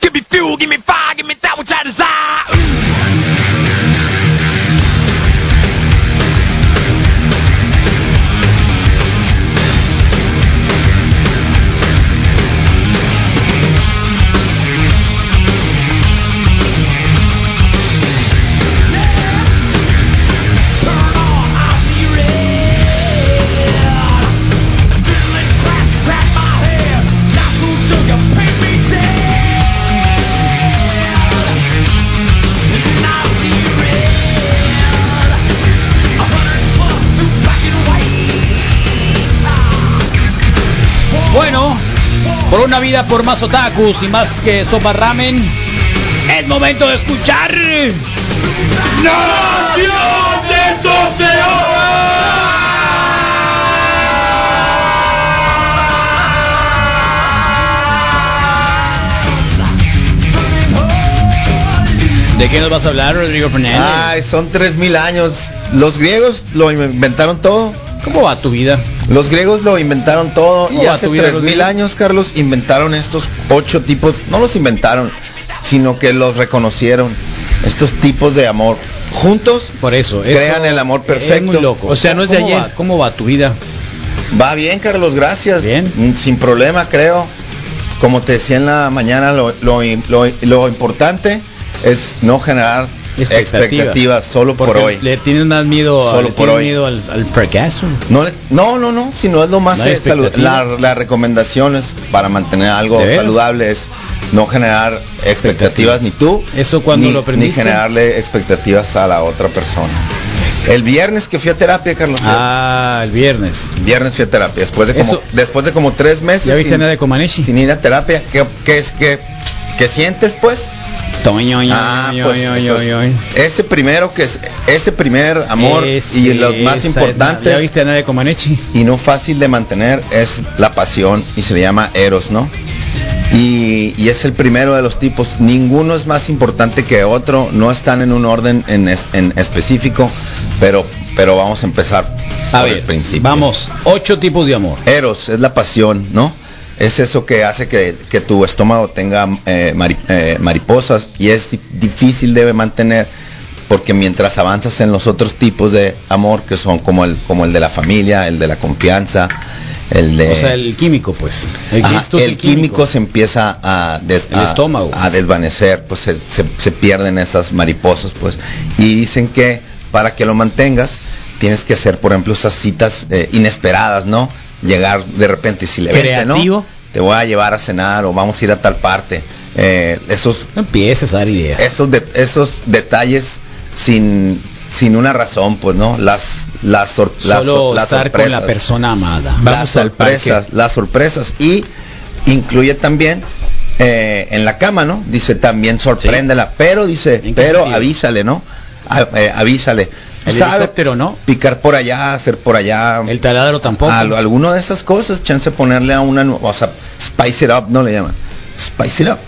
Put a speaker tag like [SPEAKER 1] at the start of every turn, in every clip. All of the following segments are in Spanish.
[SPEAKER 1] give me fuel, give me fire, give me that which I desire. Ooh. Turn on, I see red. Adrenaline crash, crash my head. Not too till you paint me dead. And I see red. A hundred plus through black and white.
[SPEAKER 2] Bueno, por una vida por más otakus y más que sopa ramen, es momento de escuchar. ¿De qué nos vas a hablar, Rodrigo Fernández?
[SPEAKER 3] Ay, son 3000 años. Los griegos lo inventaron todo.
[SPEAKER 2] ¿Cómo va tu vida?
[SPEAKER 3] Los griegos lo inventaron todo
[SPEAKER 2] ¿Cómo
[SPEAKER 3] y
[SPEAKER 2] va
[SPEAKER 3] hace
[SPEAKER 2] tu vida,
[SPEAKER 3] 3000
[SPEAKER 2] Rodrigo?
[SPEAKER 3] años, Carlos, inventaron estos ocho tipos, no los inventaron, sino que los reconocieron. Estos tipos de amor juntos
[SPEAKER 2] Por eso, eso
[SPEAKER 3] crean el amor
[SPEAKER 2] Es
[SPEAKER 3] perfecto.
[SPEAKER 2] muy loco.
[SPEAKER 4] O sea, no es de
[SPEAKER 2] ¿Cómo
[SPEAKER 4] ayer.
[SPEAKER 2] va- ¿Cómo va tu vida?
[SPEAKER 3] Va bien, Carlos, gracias.
[SPEAKER 2] Bien.
[SPEAKER 3] Mm, Sin problema, creo. Como te decía en la mañana, lo, lo- lo- lo importante es no generar
[SPEAKER 2] Expectativas.
[SPEAKER 3] expectativas, solo por
[SPEAKER 2] Porque
[SPEAKER 3] hoy.
[SPEAKER 2] Le tienes más miedo, a- le
[SPEAKER 3] Solo por
[SPEAKER 2] tienes
[SPEAKER 3] hoy.
[SPEAKER 2] miedo al, al fracaso.
[SPEAKER 3] No, le- no, no, no, si no es lo más
[SPEAKER 2] No hay
[SPEAKER 3] eh, salu-
[SPEAKER 2] expectativa.
[SPEAKER 3] la- las recomendaciones para mantener algo
[SPEAKER 2] ¿De veras?
[SPEAKER 3] saludable es no generar expectativas,
[SPEAKER 2] Expectativas.
[SPEAKER 3] ni tú.
[SPEAKER 2] ¿Eso cuándo
[SPEAKER 3] ni,
[SPEAKER 2] lo
[SPEAKER 3] Ni
[SPEAKER 2] aprendiste?
[SPEAKER 3] generarle expectativas a la otra persona. El viernes que fui a terapia, Carlos.
[SPEAKER 2] Ah, el viernes.
[SPEAKER 3] Viernes fui a terapia, después de como,
[SPEAKER 2] Eso-
[SPEAKER 3] después de como tres meses
[SPEAKER 2] ¿Ya viste
[SPEAKER 3] sin,
[SPEAKER 2] nada de Comaneshi?
[SPEAKER 3] sin ir a terapia. ¿Qué, qué es que qué sientes pues?
[SPEAKER 2] Toño, yo,
[SPEAKER 3] Ah,
[SPEAKER 2] yo,
[SPEAKER 3] pues
[SPEAKER 2] yo,
[SPEAKER 3] eso
[SPEAKER 2] yo,
[SPEAKER 3] es-
[SPEAKER 2] yo.
[SPEAKER 3] ese primero que es ese primer amor y
[SPEAKER 2] Ese,
[SPEAKER 3] los más
[SPEAKER 2] esa es la- ¿Ya
[SPEAKER 3] importantes
[SPEAKER 2] viste nada de Comanechi?
[SPEAKER 3] y no fácil de mantener es la pasión y se le llama eros, ¿no? Y, y es el primero de los tipos. Ninguno es más importante que otro. No están en un orden en, es- en específico, pero pero vamos a empezar
[SPEAKER 2] A
[SPEAKER 3] por
[SPEAKER 2] ver,
[SPEAKER 3] el principio.
[SPEAKER 2] vamos, ocho tipos de amor.
[SPEAKER 3] Eros es la pasión, ¿no? Es eso que hace que, que tu estómago tenga eh, mari- eh, mariposas y es di- difícil de mantener porque mientras avanzas en los otros tipos de amor que son como el como el de la familia, el de la confianza, el de
[SPEAKER 2] o sea, el químico, pues. Eh, El,
[SPEAKER 3] Ajá,
[SPEAKER 2] Cristo es
[SPEAKER 3] el químico se empieza a, des-
[SPEAKER 2] El
[SPEAKER 3] a-
[SPEAKER 2] estómago.
[SPEAKER 3] a desvanecer, pues se, se- se pierden esas mariposas, pues. Y dicen que para que lo mantengas, tienes que hacer, por ejemplo, esas citas eh, inesperadas, ¿no? Llegar de repente y si le vente,
[SPEAKER 2] Creativo.
[SPEAKER 3] ¿no? Te voy a llevar a cenar o vamos a ir a tal parte. Eh, esos,
[SPEAKER 2] No empieces a dar ideas.
[SPEAKER 3] esos, de- esos detalles sin, sin una razón, pues, ¿no? Las, las, sor- las,
[SPEAKER 2] Solo
[SPEAKER 3] sor- las
[SPEAKER 2] estar con la
[SPEAKER 3] sorpresas
[SPEAKER 2] persona amada.
[SPEAKER 3] las
[SPEAKER 2] Vamos al
[SPEAKER 3] sorpresas,
[SPEAKER 2] parque.
[SPEAKER 3] las sorpresas y incluye también eh, en la cama, ¿no? Dice también sorpréndela, pero dice,
[SPEAKER 2] ¿En qué
[SPEAKER 3] pero
[SPEAKER 2] sentido?
[SPEAKER 3] avísale, ¿no? A- eh, avísale.
[SPEAKER 2] El
[SPEAKER 3] ¿Sabe?
[SPEAKER 2] helicóptero, ¿no?
[SPEAKER 3] Picar por allá, hacer por allá.
[SPEAKER 2] El taladro tampoco.
[SPEAKER 3] Al- alguno de esas cosas, chance de ponerle a una, nu- o sea, spice it up, no le llaman. Spice it up.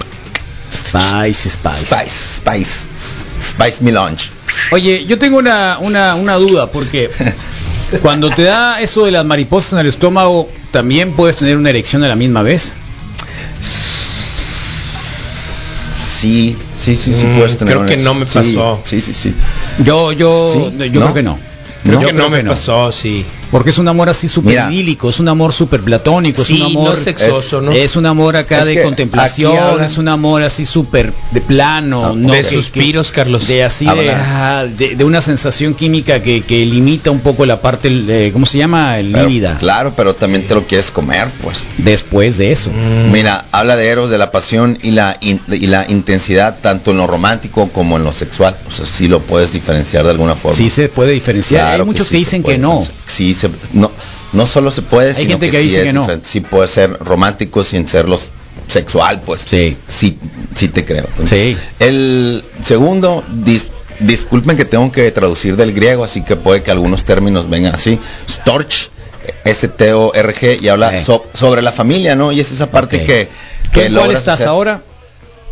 [SPEAKER 2] Spice, spice.
[SPEAKER 3] Spice, spice, s- spice me lunch.
[SPEAKER 2] Oye, yo tengo una, una, una duda, porque cuando te da eso de las mariposas en el estómago, ¿también puedes tener una erección a la misma vez?
[SPEAKER 3] Sí, sí, sí, sí
[SPEAKER 4] Mm,
[SPEAKER 3] puedes tener
[SPEAKER 4] creo
[SPEAKER 3] un
[SPEAKER 4] que
[SPEAKER 3] ex-
[SPEAKER 4] no me
[SPEAKER 3] sí,
[SPEAKER 4] pasó.
[SPEAKER 3] Sí, sí, sí.
[SPEAKER 2] Yo, yo,
[SPEAKER 3] Sí,
[SPEAKER 2] yo
[SPEAKER 3] ¿no?
[SPEAKER 2] creo que no.
[SPEAKER 4] Creo
[SPEAKER 2] Yo
[SPEAKER 4] que no me pasó, sí.
[SPEAKER 2] Porque es un amor así súper
[SPEAKER 3] Mira.
[SPEAKER 2] idílico, es un amor súper platónico,
[SPEAKER 4] Sí,
[SPEAKER 2] es un amor...
[SPEAKER 4] no sexoso, ¿no?
[SPEAKER 2] Es un amor acá
[SPEAKER 3] Es
[SPEAKER 2] de
[SPEAKER 3] que
[SPEAKER 2] contemplación,
[SPEAKER 3] aquí hablan-
[SPEAKER 2] es un amor así súper de plano,
[SPEAKER 3] Ah,
[SPEAKER 2] no
[SPEAKER 4] de
[SPEAKER 2] que-
[SPEAKER 4] suspiros,
[SPEAKER 2] que-
[SPEAKER 4] Carlos.
[SPEAKER 2] De así de,
[SPEAKER 3] Hablar.
[SPEAKER 2] ah, de, de una sensación química que, que limita un poco la parte, eh, ¿cómo se llama?
[SPEAKER 3] Pero,
[SPEAKER 2] Lívida.
[SPEAKER 3] claro, pero también te lo quieres comer, pues.
[SPEAKER 2] Después de eso.
[SPEAKER 3] Mm. Mira, habla de Eros, de la pasión y la, in- y la intensidad, tanto en lo romántico como en lo sexual. O sea, sí lo puedes diferenciar de alguna forma.
[SPEAKER 2] Sí se puede diferenciar.
[SPEAKER 3] Claro
[SPEAKER 2] Hay muchos que,
[SPEAKER 3] sí se
[SPEAKER 2] dicen
[SPEAKER 3] puede
[SPEAKER 2] que no.
[SPEAKER 3] diferenciar. Sí, se, no, no solo se puede, sino
[SPEAKER 2] gente
[SPEAKER 3] que,
[SPEAKER 2] que
[SPEAKER 3] sí
[SPEAKER 2] dice
[SPEAKER 3] es
[SPEAKER 2] que no.
[SPEAKER 3] diferente. Sí puede ser romántico sin serlo sexual, pues.
[SPEAKER 2] Sí.
[SPEAKER 3] Sí, sí te creo.
[SPEAKER 2] Sí.
[SPEAKER 3] El segundo, dis- disculpen que tengo que traducir del griego, así que puede que algunos términos vengan así. Storch, S-T-O-R-G, y habla
[SPEAKER 2] Eh.
[SPEAKER 3] so- sobre la familia, ¿no? Y es esa parte
[SPEAKER 2] Ok.
[SPEAKER 3] que...
[SPEAKER 2] ¿Tú
[SPEAKER 3] que
[SPEAKER 2] en cuál
[SPEAKER 3] logras
[SPEAKER 2] estás
[SPEAKER 3] hacer-
[SPEAKER 2] ahora?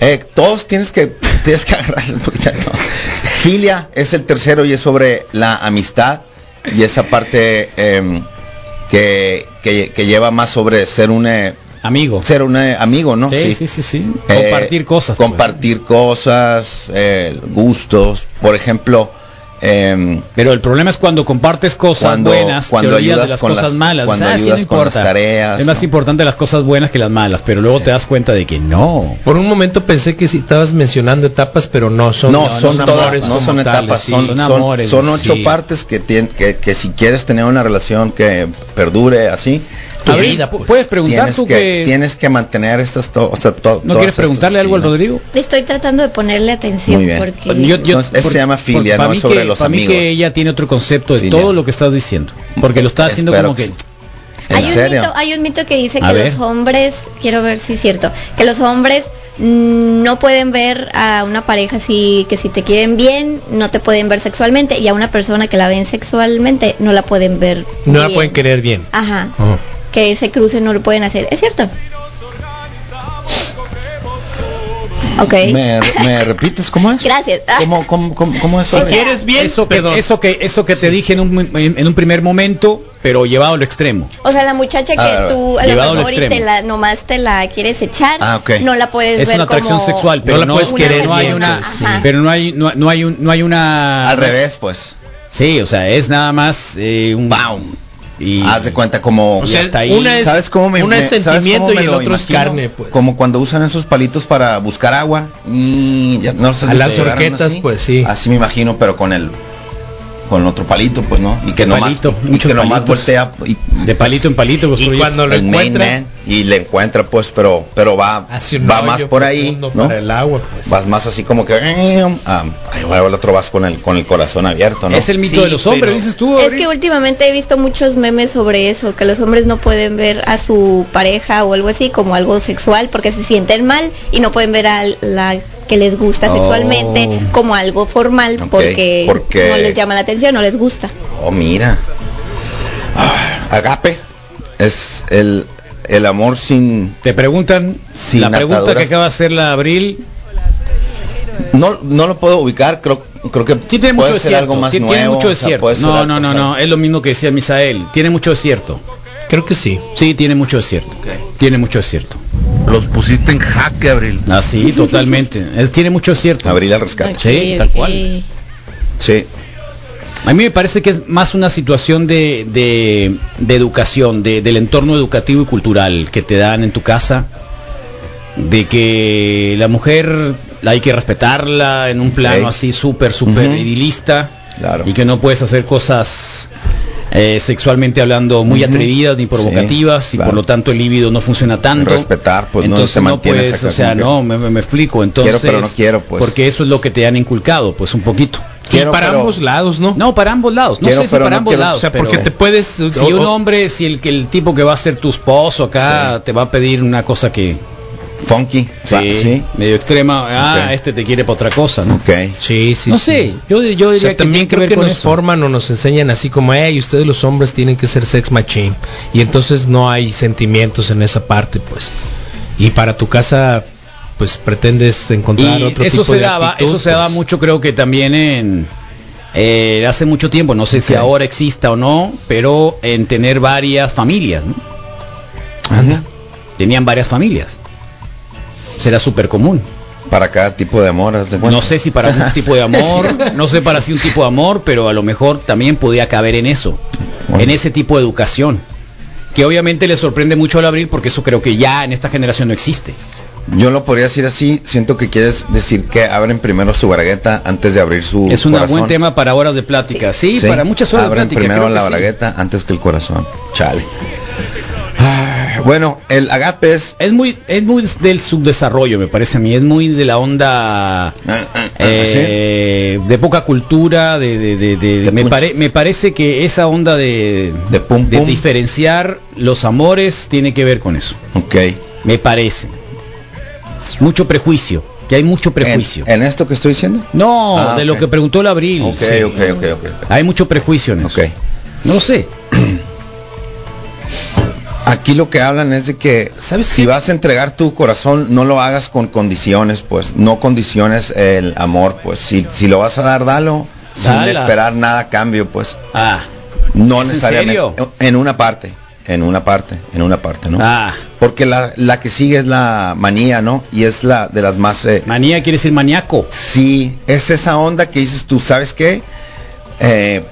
[SPEAKER 3] eh, todos tienes que tienes que agarrarle un poquito, ¿no? Filia es el tercero y es sobre la amistad y esa parte em, que, que- que lleva más sobre ser un eh,
[SPEAKER 2] Amigo.
[SPEAKER 3] ser un eh, amigo, ¿no?
[SPEAKER 2] Sí, sí, sí, sí.
[SPEAKER 3] Eh,
[SPEAKER 2] Compartir cosas. pues.
[SPEAKER 3] Compartir cosas, eh, gustos. Por ejemplo, em,
[SPEAKER 2] Pero el problema es cuando compartes cosas
[SPEAKER 3] Cuando-
[SPEAKER 2] buenas, te
[SPEAKER 3] cuando
[SPEAKER 2] olvidas
[SPEAKER 3] ayudas
[SPEAKER 2] de las
[SPEAKER 3] con
[SPEAKER 2] cosas
[SPEAKER 3] las-
[SPEAKER 2] malas.
[SPEAKER 3] cuando
[SPEAKER 2] Ah, sí,
[SPEAKER 3] ayudas
[SPEAKER 2] no
[SPEAKER 3] con las
[SPEAKER 2] importa.
[SPEAKER 3] tareas,
[SPEAKER 2] Es más
[SPEAKER 3] ¿no?
[SPEAKER 2] importante las cosas buenas que las malas, pero luego te das cuenta de que no.
[SPEAKER 4] Por un momento pensé que sí estabas mencionando etapas, pero no son
[SPEAKER 3] no, son
[SPEAKER 4] son
[SPEAKER 3] todas,
[SPEAKER 4] amores
[SPEAKER 3] no
[SPEAKER 4] como
[SPEAKER 3] son
[SPEAKER 4] tales,
[SPEAKER 3] etapas,
[SPEAKER 4] sí.
[SPEAKER 3] son,
[SPEAKER 2] son
[SPEAKER 3] son-
[SPEAKER 2] amores,
[SPEAKER 3] son ocho
[SPEAKER 2] sí.
[SPEAKER 3] partes que, tienen que, que si quieres tener una relación que perdure así,
[SPEAKER 4] Tu
[SPEAKER 2] A ver,
[SPEAKER 4] vida,
[SPEAKER 2] pu-
[SPEAKER 4] pues.
[SPEAKER 2] puedes preguntar
[SPEAKER 3] tienes
[SPEAKER 2] tú
[SPEAKER 3] que,
[SPEAKER 2] que,
[SPEAKER 3] tienes que mantener estas to- o sea,
[SPEAKER 2] no
[SPEAKER 3] to- todas
[SPEAKER 2] quieres
[SPEAKER 3] estas,
[SPEAKER 2] preguntarle algo
[SPEAKER 3] sí,
[SPEAKER 2] al
[SPEAKER 3] ¿no?
[SPEAKER 2] Rodrigo.
[SPEAKER 5] Estoy tratando de ponerle atención
[SPEAKER 3] Muy bien.
[SPEAKER 5] porque
[SPEAKER 3] Entonces, ese se llama filia,
[SPEAKER 2] porque para
[SPEAKER 3] ¿no?
[SPEAKER 2] mí
[SPEAKER 3] Sobre
[SPEAKER 2] que-
[SPEAKER 3] los
[SPEAKER 2] para mí
[SPEAKER 3] amigos.
[SPEAKER 2] que ella tiene otro concepto de
[SPEAKER 3] Filia. Eh, pues.
[SPEAKER 2] todo lo que estás diciendo, porque lo está haciendo
[SPEAKER 3] Espero
[SPEAKER 2] como que
[SPEAKER 3] que sí. ¿En
[SPEAKER 5] hay un,
[SPEAKER 3] serio?
[SPEAKER 5] mito, ah, hay un mito que dice
[SPEAKER 2] A
[SPEAKER 5] que
[SPEAKER 2] ver.
[SPEAKER 5] los hombres, quiero ver si es cierto, que los hombres mm, no pueden ver a una pareja así, que si te quieren bien, no te pueden ver sexualmente, y a una persona que la ven sexualmente, no la pueden ver.
[SPEAKER 4] No la
[SPEAKER 5] bien.
[SPEAKER 4] pueden querer bien.
[SPEAKER 5] Ajá.
[SPEAKER 3] Oh.
[SPEAKER 4] Ajá.
[SPEAKER 5] Que ese cruce no lo pueden hacer. ¿Es cierto? Ok.
[SPEAKER 3] ¿Me, me repites cómo es?
[SPEAKER 5] Gracias.
[SPEAKER 3] ¿Cómo, cómo, cómo, cómo es?
[SPEAKER 5] Si
[SPEAKER 3] Sorry.
[SPEAKER 5] quieres
[SPEAKER 4] bien,
[SPEAKER 2] eso que
[SPEAKER 4] perdón.
[SPEAKER 2] eso que eso que te dije en un, en un primer momento, pero llevado al extremo.
[SPEAKER 5] O sea, la muchacha que
[SPEAKER 3] A ver, a ver.
[SPEAKER 5] tú a lo
[SPEAKER 2] Ah, Llevado al
[SPEAKER 5] mejor y
[SPEAKER 2] extremo.
[SPEAKER 5] te la, nomás te la quieres echar,
[SPEAKER 3] Ah, ok.
[SPEAKER 5] no la puedes
[SPEAKER 2] Es
[SPEAKER 5] ver
[SPEAKER 2] una atracción
[SPEAKER 5] como
[SPEAKER 2] sexual, pero
[SPEAKER 4] la
[SPEAKER 2] no,
[SPEAKER 4] puedes querer
[SPEAKER 2] no hay
[SPEAKER 4] bien,
[SPEAKER 2] una,
[SPEAKER 4] pues,
[SPEAKER 5] sí. Ajá.
[SPEAKER 2] pero no hay no, no hay un, no hay una
[SPEAKER 3] Al revés, pues.
[SPEAKER 2] Sí, o sea, es nada más eh, un
[SPEAKER 3] ¡Wow!
[SPEAKER 2] y
[SPEAKER 3] Ah, Haz de cuenta como...
[SPEAKER 4] O sea,
[SPEAKER 2] hasta ahí.
[SPEAKER 4] una es,
[SPEAKER 3] ¿Sabes cómo me,
[SPEAKER 4] una
[SPEAKER 3] me-
[SPEAKER 4] es
[SPEAKER 3] ¿sabes
[SPEAKER 4] sentimiento
[SPEAKER 3] cómo
[SPEAKER 4] y
[SPEAKER 3] me
[SPEAKER 4] el
[SPEAKER 3] lo
[SPEAKER 4] otro es
[SPEAKER 3] imagino?
[SPEAKER 4] carne, pues.
[SPEAKER 3] Como cuando usan esos palitos para buscar agua y ya no los has
[SPEAKER 4] A
[SPEAKER 3] visto
[SPEAKER 4] las
[SPEAKER 3] que agarran
[SPEAKER 4] horquetas,
[SPEAKER 3] así.
[SPEAKER 4] pues, sí.
[SPEAKER 3] Así me imagino, pero con el con otro palito, pues, ¿no? Y que
[SPEAKER 2] De
[SPEAKER 3] nomás
[SPEAKER 2] palito,
[SPEAKER 3] y
[SPEAKER 2] muchos
[SPEAKER 3] que nomás
[SPEAKER 2] palitos.
[SPEAKER 3] voltea y
[SPEAKER 2] de palito en palito
[SPEAKER 4] Y
[SPEAKER 2] construyes.
[SPEAKER 4] cuando lo
[SPEAKER 3] el main
[SPEAKER 4] encuentra,
[SPEAKER 3] man y le encuentra pues, pero pero va
[SPEAKER 4] hace un
[SPEAKER 3] va
[SPEAKER 4] hoyo
[SPEAKER 3] más por ahí,
[SPEAKER 4] profundo
[SPEAKER 3] ¿no?
[SPEAKER 4] para el agua, pues.
[SPEAKER 3] Vas más así como que ah, ay, bueno, el otro vas con el con el corazón abierto, ¿no?
[SPEAKER 2] Es el mito
[SPEAKER 4] Sí,
[SPEAKER 2] de los hombres,
[SPEAKER 4] pero-
[SPEAKER 2] dices tú.
[SPEAKER 5] Es
[SPEAKER 2] Abril.
[SPEAKER 5] que últimamente he visto muchos memes sobre eso, que los hombres no pueden ver a su pareja o algo así como algo sexual porque se sienten mal y no pueden ver a la que les gusta
[SPEAKER 3] Oh.
[SPEAKER 5] sexualmente como algo formal
[SPEAKER 3] Ok,
[SPEAKER 5] porque,
[SPEAKER 3] porque-
[SPEAKER 5] no les llama la atención, no les gusta.
[SPEAKER 3] Oh, mira. Ah, agape es el el amor sin
[SPEAKER 2] Te preguntan
[SPEAKER 3] Sin
[SPEAKER 2] la pregunta
[SPEAKER 3] ataduras.
[SPEAKER 2] que acaba de hacer la Abril.
[SPEAKER 3] No, no lo puedo ubicar, creo, creo que
[SPEAKER 2] Sí tiene mucho
[SPEAKER 3] puede
[SPEAKER 2] de
[SPEAKER 3] ser
[SPEAKER 2] cierto.
[SPEAKER 3] algo más
[SPEAKER 2] sí,
[SPEAKER 3] nuevo.
[SPEAKER 2] tiene mucho de
[SPEAKER 3] o sea,
[SPEAKER 2] cierto.
[SPEAKER 3] puede ser
[SPEAKER 2] no,
[SPEAKER 3] algo,
[SPEAKER 2] no, no,
[SPEAKER 3] o sea,
[SPEAKER 2] no, es lo mismo que decía Misael. Tiene mucho de cierto.
[SPEAKER 4] Creo que sí.
[SPEAKER 2] Sí, tiene mucho de cierto. Tiene mucho de cierto.
[SPEAKER 6] Los pusiste en jaque, Abril.
[SPEAKER 2] Así, totalmente. Es- tiene mucho de cierto.
[SPEAKER 3] Abril al rescate.
[SPEAKER 2] Sí, tal cual.
[SPEAKER 3] Sí.
[SPEAKER 2] A mí me parece que es más una situación de, de- de educación, de- del entorno educativo y cultural que te dan en tu casa, de que la mujer hay que respetarla en un plano
[SPEAKER 3] Ey.
[SPEAKER 2] así súper, súper
[SPEAKER 3] Ujú.
[SPEAKER 2] idilista
[SPEAKER 3] Claro.
[SPEAKER 2] y que no puedes hacer cosas eh, sexualmente hablando muy
[SPEAKER 3] Ujú.
[SPEAKER 2] atrevidas ni
[SPEAKER 3] Sí,
[SPEAKER 2] provocativas y
[SPEAKER 3] claro.
[SPEAKER 2] por lo tanto el líbido no funciona tanto.
[SPEAKER 3] Respetar, pues, no,
[SPEAKER 2] entonces
[SPEAKER 3] te
[SPEAKER 2] no,
[SPEAKER 3] mantienes
[SPEAKER 2] puedes,
[SPEAKER 3] acá
[SPEAKER 2] o sea,
[SPEAKER 3] como que-
[SPEAKER 2] no, me, me- me explico, entonces
[SPEAKER 3] pero no quiero, pues.
[SPEAKER 2] porque eso es lo que te han inculcado, pues un poquito.
[SPEAKER 3] Quiero,
[SPEAKER 4] y para
[SPEAKER 3] pero-
[SPEAKER 4] ambos lados, ¿no?
[SPEAKER 2] No, para ambos lados. No
[SPEAKER 3] Quiero,
[SPEAKER 2] sé si
[SPEAKER 3] pero
[SPEAKER 2] para
[SPEAKER 3] no
[SPEAKER 2] ambos
[SPEAKER 3] quiero,
[SPEAKER 2] lados.
[SPEAKER 4] o sea,
[SPEAKER 2] pero
[SPEAKER 4] porque te puedes
[SPEAKER 2] Si
[SPEAKER 4] o-
[SPEAKER 2] un
[SPEAKER 4] o-
[SPEAKER 2] hombre, si el que el tipo que va a ser tu esposo acá te va a pedir una cosa que
[SPEAKER 3] Funky. va,
[SPEAKER 2] sí,
[SPEAKER 3] Sí.
[SPEAKER 2] medio extrema, ah,
[SPEAKER 3] Ok.
[SPEAKER 2] este te quiere para otra cosa, ¿no?
[SPEAKER 3] Ok.
[SPEAKER 4] Sí, sí,
[SPEAKER 2] no
[SPEAKER 4] sí.
[SPEAKER 2] sé, yo, yo diría
[SPEAKER 4] O sea,
[SPEAKER 2] que
[SPEAKER 4] también
[SPEAKER 2] tiene
[SPEAKER 4] creo
[SPEAKER 2] ver
[SPEAKER 4] que
[SPEAKER 2] con
[SPEAKER 4] nos
[SPEAKER 2] eso.
[SPEAKER 4] forman o nos enseñan así como, hey, ustedes los hombres tienen que ser sex machine. Y entonces no hay sentimientos en esa parte, pues. Y para tu casa, pues pretendes encontrar
[SPEAKER 2] Y
[SPEAKER 4] otro
[SPEAKER 2] eso
[SPEAKER 4] tipo
[SPEAKER 2] se
[SPEAKER 4] de
[SPEAKER 2] daba,
[SPEAKER 4] actitud,
[SPEAKER 2] eso se daba
[SPEAKER 4] pues.
[SPEAKER 2] mucho, creo que también en eh, hace mucho tiempo, no sé si
[SPEAKER 3] Ok.
[SPEAKER 2] ahora exista o no, pero en tener varias familias, ¿no?
[SPEAKER 3] Anda.
[SPEAKER 2] tenían varias familias. Será súper común.
[SPEAKER 3] Para cada tipo de amor, haz de cuenta.
[SPEAKER 2] No sé si para un tipo de amor, no sé para si un tipo de amor, pero a lo mejor también podía caber en eso,
[SPEAKER 3] Bueno.
[SPEAKER 2] en ese tipo de educación. Que obviamente le sorprende mucho al abril porque eso creo que ya en esta generación no existe.
[SPEAKER 3] Yo lo podría decir así. Siento que quieres decir que abren primero su bragueta antes de abrir su
[SPEAKER 2] es un
[SPEAKER 3] Uh, corazón.
[SPEAKER 2] buen tema para horas de plática. Sí,
[SPEAKER 3] Sí,
[SPEAKER 2] para muchas horas de
[SPEAKER 3] Abren
[SPEAKER 2] plática.
[SPEAKER 3] primero
[SPEAKER 2] creo
[SPEAKER 3] la
[SPEAKER 2] que sí.
[SPEAKER 3] bragueta antes que el corazón. Chale. Ah, bueno, el agape es...
[SPEAKER 2] Es muy, es muy del subdesarrollo, me parece a mí. Es muy de la onda
[SPEAKER 3] Ah, ah, ah,
[SPEAKER 2] eh, de poca cultura, de, de- de- de-
[SPEAKER 3] De
[SPEAKER 2] me,
[SPEAKER 3] punches.
[SPEAKER 2] pare- me parece que esa onda de,
[SPEAKER 3] De pum, pum.
[SPEAKER 2] diferenciar los amores tiene que ver con eso.
[SPEAKER 3] ¿sí? Ok.
[SPEAKER 2] Me parece. Mucho prejuicio, que hay mucho prejuicio.
[SPEAKER 3] ¿En, en esto que estoy diciendo?
[SPEAKER 2] no,
[SPEAKER 3] Ah,
[SPEAKER 2] de lo
[SPEAKER 3] ok.
[SPEAKER 2] que preguntó el abril.
[SPEAKER 3] Ok,
[SPEAKER 2] sí.
[SPEAKER 3] ok, ok, ok.
[SPEAKER 2] Hay mucho prejuicio en eso.
[SPEAKER 3] Ok.
[SPEAKER 2] No lo sé.
[SPEAKER 3] Aquí lo que hablan es de que
[SPEAKER 4] ¿Sabes
[SPEAKER 3] si
[SPEAKER 4] qué?
[SPEAKER 3] vas a entregar tu corazón, no lo hagas con condiciones, pues, no condiciones el amor, pues, si, si lo vas a dar, dalo,
[SPEAKER 2] Dala.
[SPEAKER 3] sin esperar nada a cambio, pues,
[SPEAKER 2] Ah,
[SPEAKER 3] no
[SPEAKER 2] ¿Es en
[SPEAKER 3] necesariamente,
[SPEAKER 2] serio?
[SPEAKER 3] en, una parte, en una parte, en una parte, ¿no?
[SPEAKER 2] ah.
[SPEAKER 3] Porque la, la que sigue es la manía, ¿no? Y es la de las más... eh,
[SPEAKER 2] Manía quiere decir maníaco.
[SPEAKER 3] Sí, es esa onda que dices tú, ¿sabes qué? Eh,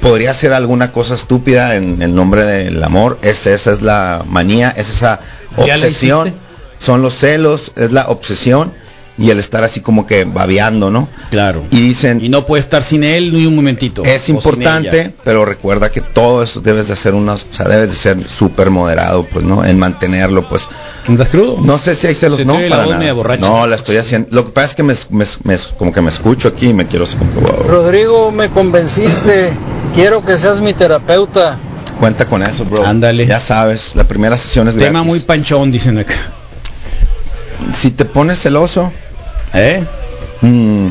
[SPEAKER 3] podría ser alguna cosa estúpida en el nombre del amor. Es, esa es la manía, es esa
[SPEAKER 4] ¿Ya la
[SPEAKER 3] obsesión.
[SPEAKER 4] hiciste?
[SPEAKER 3] Son los celos, es la obsesión y el estar así como que babeando, ¿no?
[SPEAKER 2] Claro.
[SPEAKER 3] Y dicen,
[SPEAKER 2] Y no puede estar sin él ni un momentito. o
[SPEAKER 3] es
[SPEAKER 2] sin
[SPEAKER 3] importante,
[SPEAKER 2] ella.
[SPEAKER 3] pero recuerda que todo eso debes de hacer unos, o sea, debes de ser súper moderado, pues, ¿no? En mantenerlo, pues.
[SPEAKER 2] ¿Estás crudo?
[SPEAKER 3] No sé si hay celos,
[SPEAKER 2] Te
[SPEAKER 3] no,
[SPEAKER 2] oye la
[SPEAKER 3] para
[SPEAKER 2] voz
[SPEAKER 3] nada.
[SPEAKER 2] media borracha.
[SPEAKER 3] No, la estoy haciendo. Lo que pasa es que me, me- me- como que me escucho aquí y me quiero así como que, wow.
[SPEAKER 7] Rodrigo, me convenciste. Quiero que seas mi terapeuta.
[SPEAKER 3] Cuenta con eso, bro.
[SPEAKER 2] Ándale.
[SPEAKER 3] Ya sabes, la primera sesión es
[SPEAKER 2] Tema
[SPEAKER 3] gratis.
[SPEAKER 2] muy panchón, dicen acá.
[SPEAKER 3] Si te pones celoso,
[SPEAKER 2] ¿Eh?
[SPEAKER 3] mm,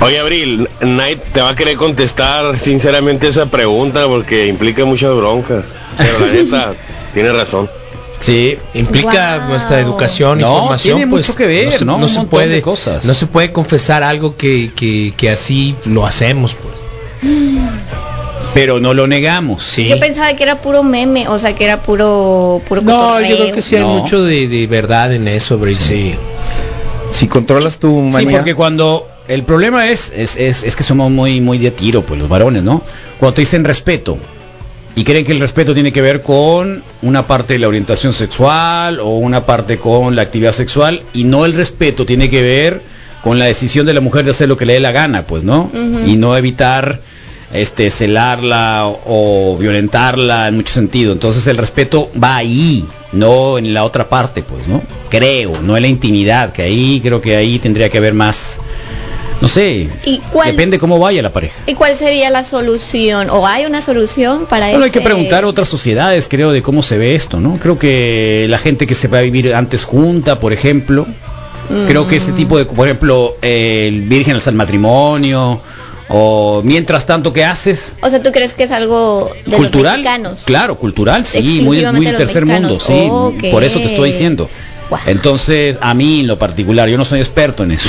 [SPEAKER 8] Oye, Abril, Night te va a querer contestar sinceramente esa pregunta porque implica muchas broncas. Pero la neta, tiene razón.
[SPEAKER 2] Sí.
[SPEAKER 4] Implica
[SPEAKER 5] Wow.
[SPEAKER 4] nuestra educación y
[SPEAKER 2] No,
[SPEAKER 4] formación.
[SPEAKER 2] tiene
[SPEAKER 4] pues,
[SPEAKER 2] mucho que ver,
[SPEAKER 4] no se,
[SPEAKER 2] ¿no? Un
[SPEAKER 4] se
[SPEAKER 2] montón
[SPEAKER 4] puede,
[SPEAKER 2] de cosas.
[SPEAKER 4] No se puede confesar algo que, que, que así lo hacemos, pues.
[SPEAKER 2] Pero no lo negamos. Sí.
[SPEAKER 5] Yo pensaba que era puro meme, o sea, que era puro puro
[SPEAKER 4] No, yo
[SPEAKER 5] cotorreo.
[SPEAKER 4] creo que sí hay
[SPEAKER 2] No.
[SPEAKER 4] mucho de, de verdad en eso, Brick. Sí.
[SPEAKER 3] si controlas tu
[SPEAKER 2] Sí,
[SPEAKER 3] manía,
[SPEAKER 2] porque cuando el problema es es, es es que somos muy muy de tiro, pues los varones, ¿no? Cuando te dicen respeto y creen que el respeto tiene que ver con una parte de la orientación sexual o una parte con la actividad sexual y no el respeto tiene que ver con la decisión de la mujer de hacer lo que le dé la gana, pues, ¿no?
[SPEAKER 5] Ujú.
[SPEAKER 2] Y no evitar este celarla o, o violentarla en mucho sentido. Entonces el respeto va ahí, no en la otra parte, pues, ¿no? Creo, no en la intimidad, que ahí creo que ahí tendría que haber más, no sé,
[SPEAKER 5] ¿Y cuál,
[SPEAKER 2] depende cómo vaya la pareja.
[SPEAKER 5] ¿Y cuál sería la solución? ¿O hay una solución para eso?
[SPEAKER 2] Bueno, hay que preguntar a otras sociedades, creo, de cómo se ve esto, ¿no? Creo que la gente que se va a vivir antes junta, por ejemplo,
[SPEAKER 5] mm,
[SPEAKER 2] creo que ese tipo de, por ejemplo, eh, el virgen al matrimonio, o mientras tanto, ¿qué haces?
[SPEAKER 5] O sea, ¿tú crees que es algo de
[SPEAKER 2] cultural,
[SPEAKER 5] los mexicanos?
[SPEAKER 2] claro, cultural, sí, muy, muy
[SPEAKER 5] Exclusivamente
[SPEAKER 2] del
[SPEAKER 5] los
[SPEAKER 2] tercer mundo,
[SPEAKER 5] mexicanos.
[SPEAKER 2] sí,
[SPEAKER 5] Ok.
[SPEAKER 2] por eso te estoy diciendo.
[SPEAKER 5] Guau.
[SPEAKER 2] Entonces, a mí en lo particular, yo no soy experto en eso,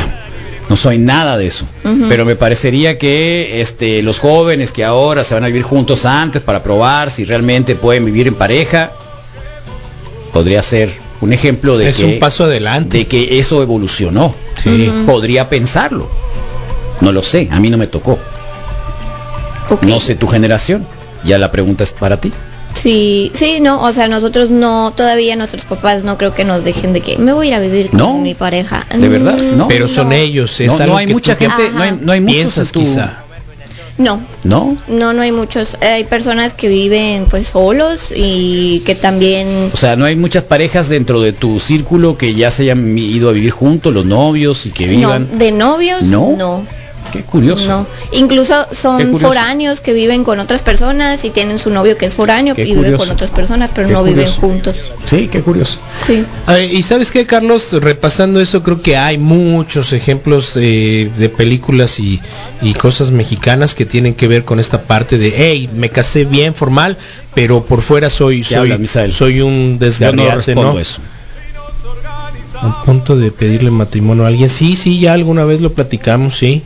[SPEAKER 2] no soy nada de eso,
[SPEAKER 5] Ujú.
[SPEAKER 2] pero me parecería que este, los jóvenes que ahora se van a vivir juntos antes para probar si realmente pueden vivir en pareja, podría ser un ejemplo de
[SPEAKER 4] es
[SPEAKER 2] que
[SPEAKER 4] un paso adelante.
[SPEAKER 2] de que eso evolucionó.
[SPEAKER 4] Sí.
[SPEAKER 5] Ujú.
[SPEAKER 2] Podría pensarlo, no lo sé, a mí no me tocó,
[SPEAKER 5] Ok.
[SPEAKER 2] no sé tu generación, ya la pregunta es para ti.
[SPEAKER 5] Sí, sí, no, o sea, nosotros no, todavía nuestros papás no creo que nos dejen de que me voy a ir a vivir con
[SPEAKER 2] No.
[SPEAKER 5] mi pareja. Mm,
[SPEAKER 2] ¿De verdad? No.
[SPEAKER 4] Pero son
[SPEAKER 5] no.
[SPEAKER 4] ellos. Es
[SPEAKER 2] No, no
[SPEAKER 4] algo
[SPEAKER 2] hay
[SPEAKER 4] que
[SPEAKER 2] mucha
[SPEAKER 4] tú
[SPEAKER 2] gente,
[SPEAKER 5] Ajá.
[SPEAKER 2] no hay, no hay muchos
[SPEAKER 4] piensas,
[SPEAKER 2] en tu-
[SPEAKER 4] quizá.
[SPEAKER 5] No,
[SPEAKER 2] ¿No?
[SPEAKER 5] no, no hay muchos. Hay personas que viven pues solos y que también...
[SPEAKER 2] O sea, no hay muchas parejas dentro de tu círculo que ya se hayan ido a vivir juntos, los novios y que
[SPEAKER 5] No,
[SPEAKER 2] vivan.
[SPEAKER 5] de novios,
[SPEAKER 2] No.
[SPEAKER 5] no.
[SPEAKER 2] Qué curioso.
[SPEAKER 5] No, incluso
[SPEAKER 2] Qué
[SPEAKER 5] son
[SPEAKER 2] curioso.
[SPEAKER 5] foráneos que viven con otras personas y tienen su novio que es foráneo
[SPEAKER 2] Qué
[SPEAKER 5] y vive con
[SPEAKER 2] curioso.
[SPEAKER 5] otras personas, pero
[SPEAKER 2] Qué
[SPEAKER 5] no
[SPEAKER 2] curioso.
[SPEAKER 5] viven juntos.
[SPEAKER 2] Sí, qué curioso.
[SPEAKER 5] Sí.
[SPEAKER 4] A ver, Ah, y sabes qué, Carlos, repasando eso, creo que hay muchos ejemplos eh, de películas y, y cosas mexicanas que tienen que ver con esta parte de, hey, me casé bien formal, pero por fuera soy soy,
[SPEAKER 2] hablas, Misael?
[SPEAKER 4] soy un
[SPEAKER 2] Yo no
[SPEAKER 4] desgarriate,
[SPEAKER 2] respondo
[SPEAKER 4] ¿no?
[SPEAKER 2] eso.
[SPEAKER 4] A punto de pedirle matrimonio a alguien. Sí, sí, ya alguna vez lo platicamos, sí.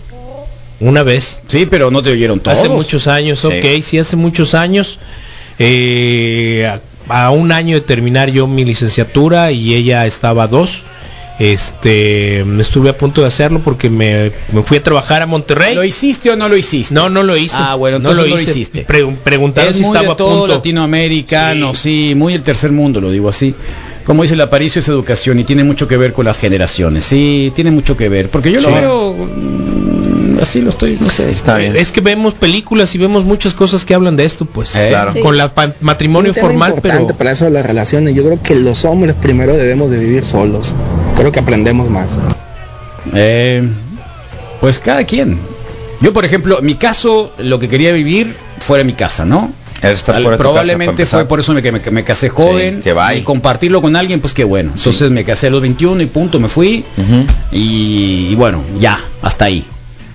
[SPEAKER 4] Una vez.
[SPEAKER 2] Sí, pero no te oyeron todos.
[SPEAKER 4] Hace muchos años,
[SPEAKER 3] Sí.
[SPEAKER 4] ok, sí, hace muchos años. eh, a, a un año de terminar yo mi licenciatura y ella estaba a dos. Este, estuve a punto de hacerlo porque me, me fui a trabajar a Monterrey.
[SPEAKER 2] ¿Lo hiciste o no lo hiciste?
[SPEAKER 4] No, no lo hice.
[SPEAKER 2] Ah, bueno,
[SPEAKER 4] no
[SPEAKER 2] entonces no lo hiciste.
[SPEAKER 4] Pre- preguntaron
[SPEAKER 2] es
[SPEAKER 4] si
[SPEAKER 2] muy
[SPEAKER 4] estaba
[SPEAKER 2] de
[SPEAKER 4] a
[SPEAKER 2] todo
[SPEAKER 4] punto.
[SPEAKER 2] latinoamericano, sí. muy el tercer mundo, lo digo así. Como dice la Paricio es educación y tiene mucho que ver con las generaciones. Sí, tiene mucho que ver, porque yo lo
[SPEAKER 3] Sí.
[SPEAKER 2] veo mm, así lo estoy, no sé.
[SPEAKER 3] está bien.
[SPEAKER 4] Es que vemos películas y vemos muchas cosas que hablan de esto, pues.
[SPEAKER 2] Eh,
[SPEAKER 3] claro.
[SPEAKER 5] Sí.
[SPEAKER 4] Con la pa- matrimonio
[SPEAKER 9] Un tema
[SPEAKER 4] formal,
[SPEAKER 9] importante
[SPEAKER 4] pero
[SPEAKER 9] para eso de las relaciones. Yo creo que los hombres primero debemos de vivir solos. Creo que aprendemos más.
[SPEAKER 2] Eh, pues cada quien. Yo, por ejemplo, en mi caso, lo que quería vivir fuera de mi casa, ¿no?
[SPEAKER 3] Eres estar
[SPEAKER 2] Al-
[SPEAKER 3] fuera de tu casa,
[SPEAKER 2] probablemente
[SPEAKER 3] para empezar.
[SPEAKER 2] fue por eso me- que me, que me casé joven.
[SPEAKER 3] Sí, que vaya.
[SPEAKER 2] y compartirlo con alguien, pues qué bueno. Entonces me casé a los 21 y punto, me fui.
[SPEAKER 3] Ujú.
[SPEAKER 2] Y, y bueno, ya, hasta ahí.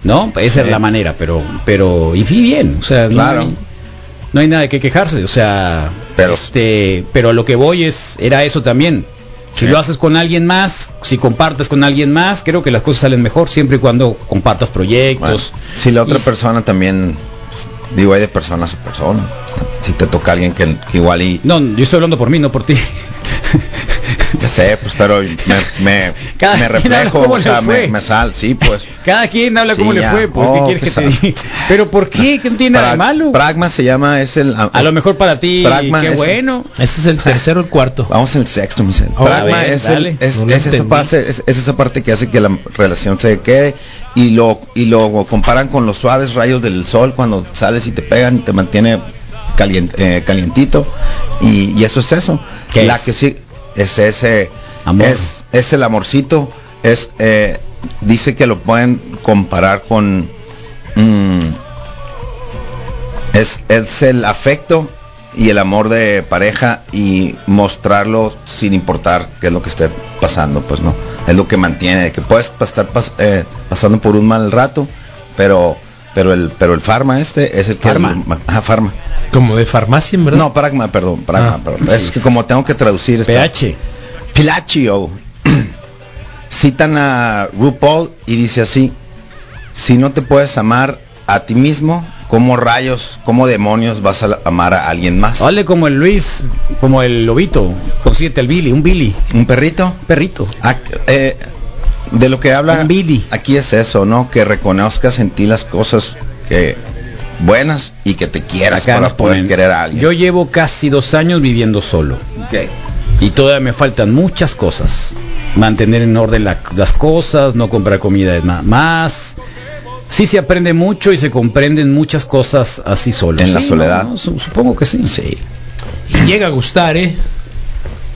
[SPEAKER 2] ¿No? Esa es
[SPEAKER 3] Sí.
[SPEAKER 2] la manera, pero, pero, y fui bien. O sea, no
[SPEAKER 3] Claro.
[SPEAKER 2] hay- no hay nada que quejarse, o sea,
[SPEAKER 3] Pero-
[SPEAKER 2] este, pero a lo que voy es, era eso también. Si
[SPEAKER 3] Sí.
[SPEAKER 2] lo haces con alguien más, si compartes con alguien más, creo que las cosas salen mejor siempre y cuando compartas
[SPEAKER 3] Bueno,
[SPEAKER 2] proyectos.
[SPEAKER 3] si la otra
[SPEAKER 2] Y-
[SPEAKER 3] persona también pues, Digo, hay de personas a personas. Si te toca alguien que, que igual y
[SPEAKER 2] No, yo estoy hablando por mí, no por ti.
[SPEAKER 3] Ya sé, pues, pero me, me,
[SPEAKER 2] Cada
[SPEAKER 3] me
[SPEAKER 2] quien habla
[SPEAKER 3] reflejo,
[SPEAKER 2] como
[SPEAKER 3] o
[SPEAKER 2] le
[SPEAKER 3] sea,
[SPEAKER 2] fue.
[SPEAKER 3] me, me sal, sí, pues.
[SPEAKER 2] Cada quien habla
[SPEAKER 3] Sí,
[SPEAKER 2] como le
[SPEAKER 3] ya.
[SPEAKER 2] fue, pues, ¿qué
[SPEAKER 3] Oh,
[SPEAKER 2] quieres
[SPEAKER 3] pues,
[SPEAKER 2] que te diga? Pero ¿por qué? Que no tiene nada de
[SPEAKER 3] Prag-
[SPEAKER 2] malo.
[SPEAKER 3] Pragma se llama, es el...
[SPEAKER 2] A lo mejor para ti,
[SPEAKER 3] Pragma
[SPEAKER 2] qué
[SPEAKER 3] es-
[SPEAKER 2] bueno.
[SPEAKER 4] Ese es el tercero o el cuarto.
[SPEAKER 3] Vamos en el sexto, mi ser.
[SPEAKER 2] Oh,
[SPEAKER 3] Pragma
[SPEAKER 2] a ver,
[SPEAKER 3] es, el-
[SPEAKER 2] dale.
[SPEAKER 3] es,
[SPEAKER 4] No lo
[SPEAKER 3] es esa
[SPEAKER 4] entendí.
[SPEAKER 3] parte, es, es esa parte que hace que la relación se quede y lo, y lo comparan con los suaves rayos del sol cuando sales y te pegan y te mantiene calient- eh, calientito. Y, y eso es eso.
[SPEAKER 2] ¿Qué
[SPEAKER 3] la
[SPEAKER 2] es?
[SPEAKER 3] que sí es ese
[SPEAKER 2] Amor.
[SPEAKER 3] Es, es el amorcito. Es eh, dice que lo pueden comparar con mm, es, es el afecto y el amor de pareja y mostrarlo sin importar qué es lo que esté pasando, pues no. Es lo que mantiene, que puedes pa- estar pas- eh, pasando por un mal rato, pero pero el pero el farma este es el que
[SPEAKER 2] Farma.
[SPEAKER 3] Ajá, farma.
[SPEAKER 4] Como de farmacia, en verdad.
[SPEAKER 3] No, pragma, perdón, pragma,
[SPEAKER 4] Ah,
[SPEAKER 3] perdón. Es que como tengo que traducir está-
[SPEAKER 2] PH.
[SPEAKER 3] Pilaccio. Citan a RuPaul y dice así, si no te puedes amar a ti mismo, ¿cómo rayos, cómo demonios vas a amar a alguien más?
[SPEAKER 2] Hable como el Luis, como el lobito. Consíguete al Billy, un Billy,
[SPEAKER 3] ¿Un perrito?
[SPEAKER 2] un perrito.
[SPEAKER 3] Ah, eh, de lo que habla
[SPEAKER 2] Un Billy.
[SPEAKER 3] aquí es eso, ¿no? Que reconozcas en ti las cosas que buenas y que te quieras
[SPEAKER 2] Acá nos
[SPEAKER 3] para poder
[SPEAKER 2] ponen,
[SPEAKER 3] querer a alguien.
[SPEAKER 2] Yo llevo casi dos años viviendo solo.
[SPEAKER 3] Ok.
[SPEAKER 2] Y todavía me faltan muchas cosas. Mantener en orden la- las cosas, no comprar comida de ma- más. Sí se aprende mucho y se comprenden muchas cosas así solo.
[SPEAKER 3] En la
[SPEAKER 2] Sí,
[SPEAKER 3] soledad.
[SPEAKER 2] su- supongo que sí.
[SPEAKER 3] Sí.
[SPEAKER 4] Y llega a gustar, ¿eh?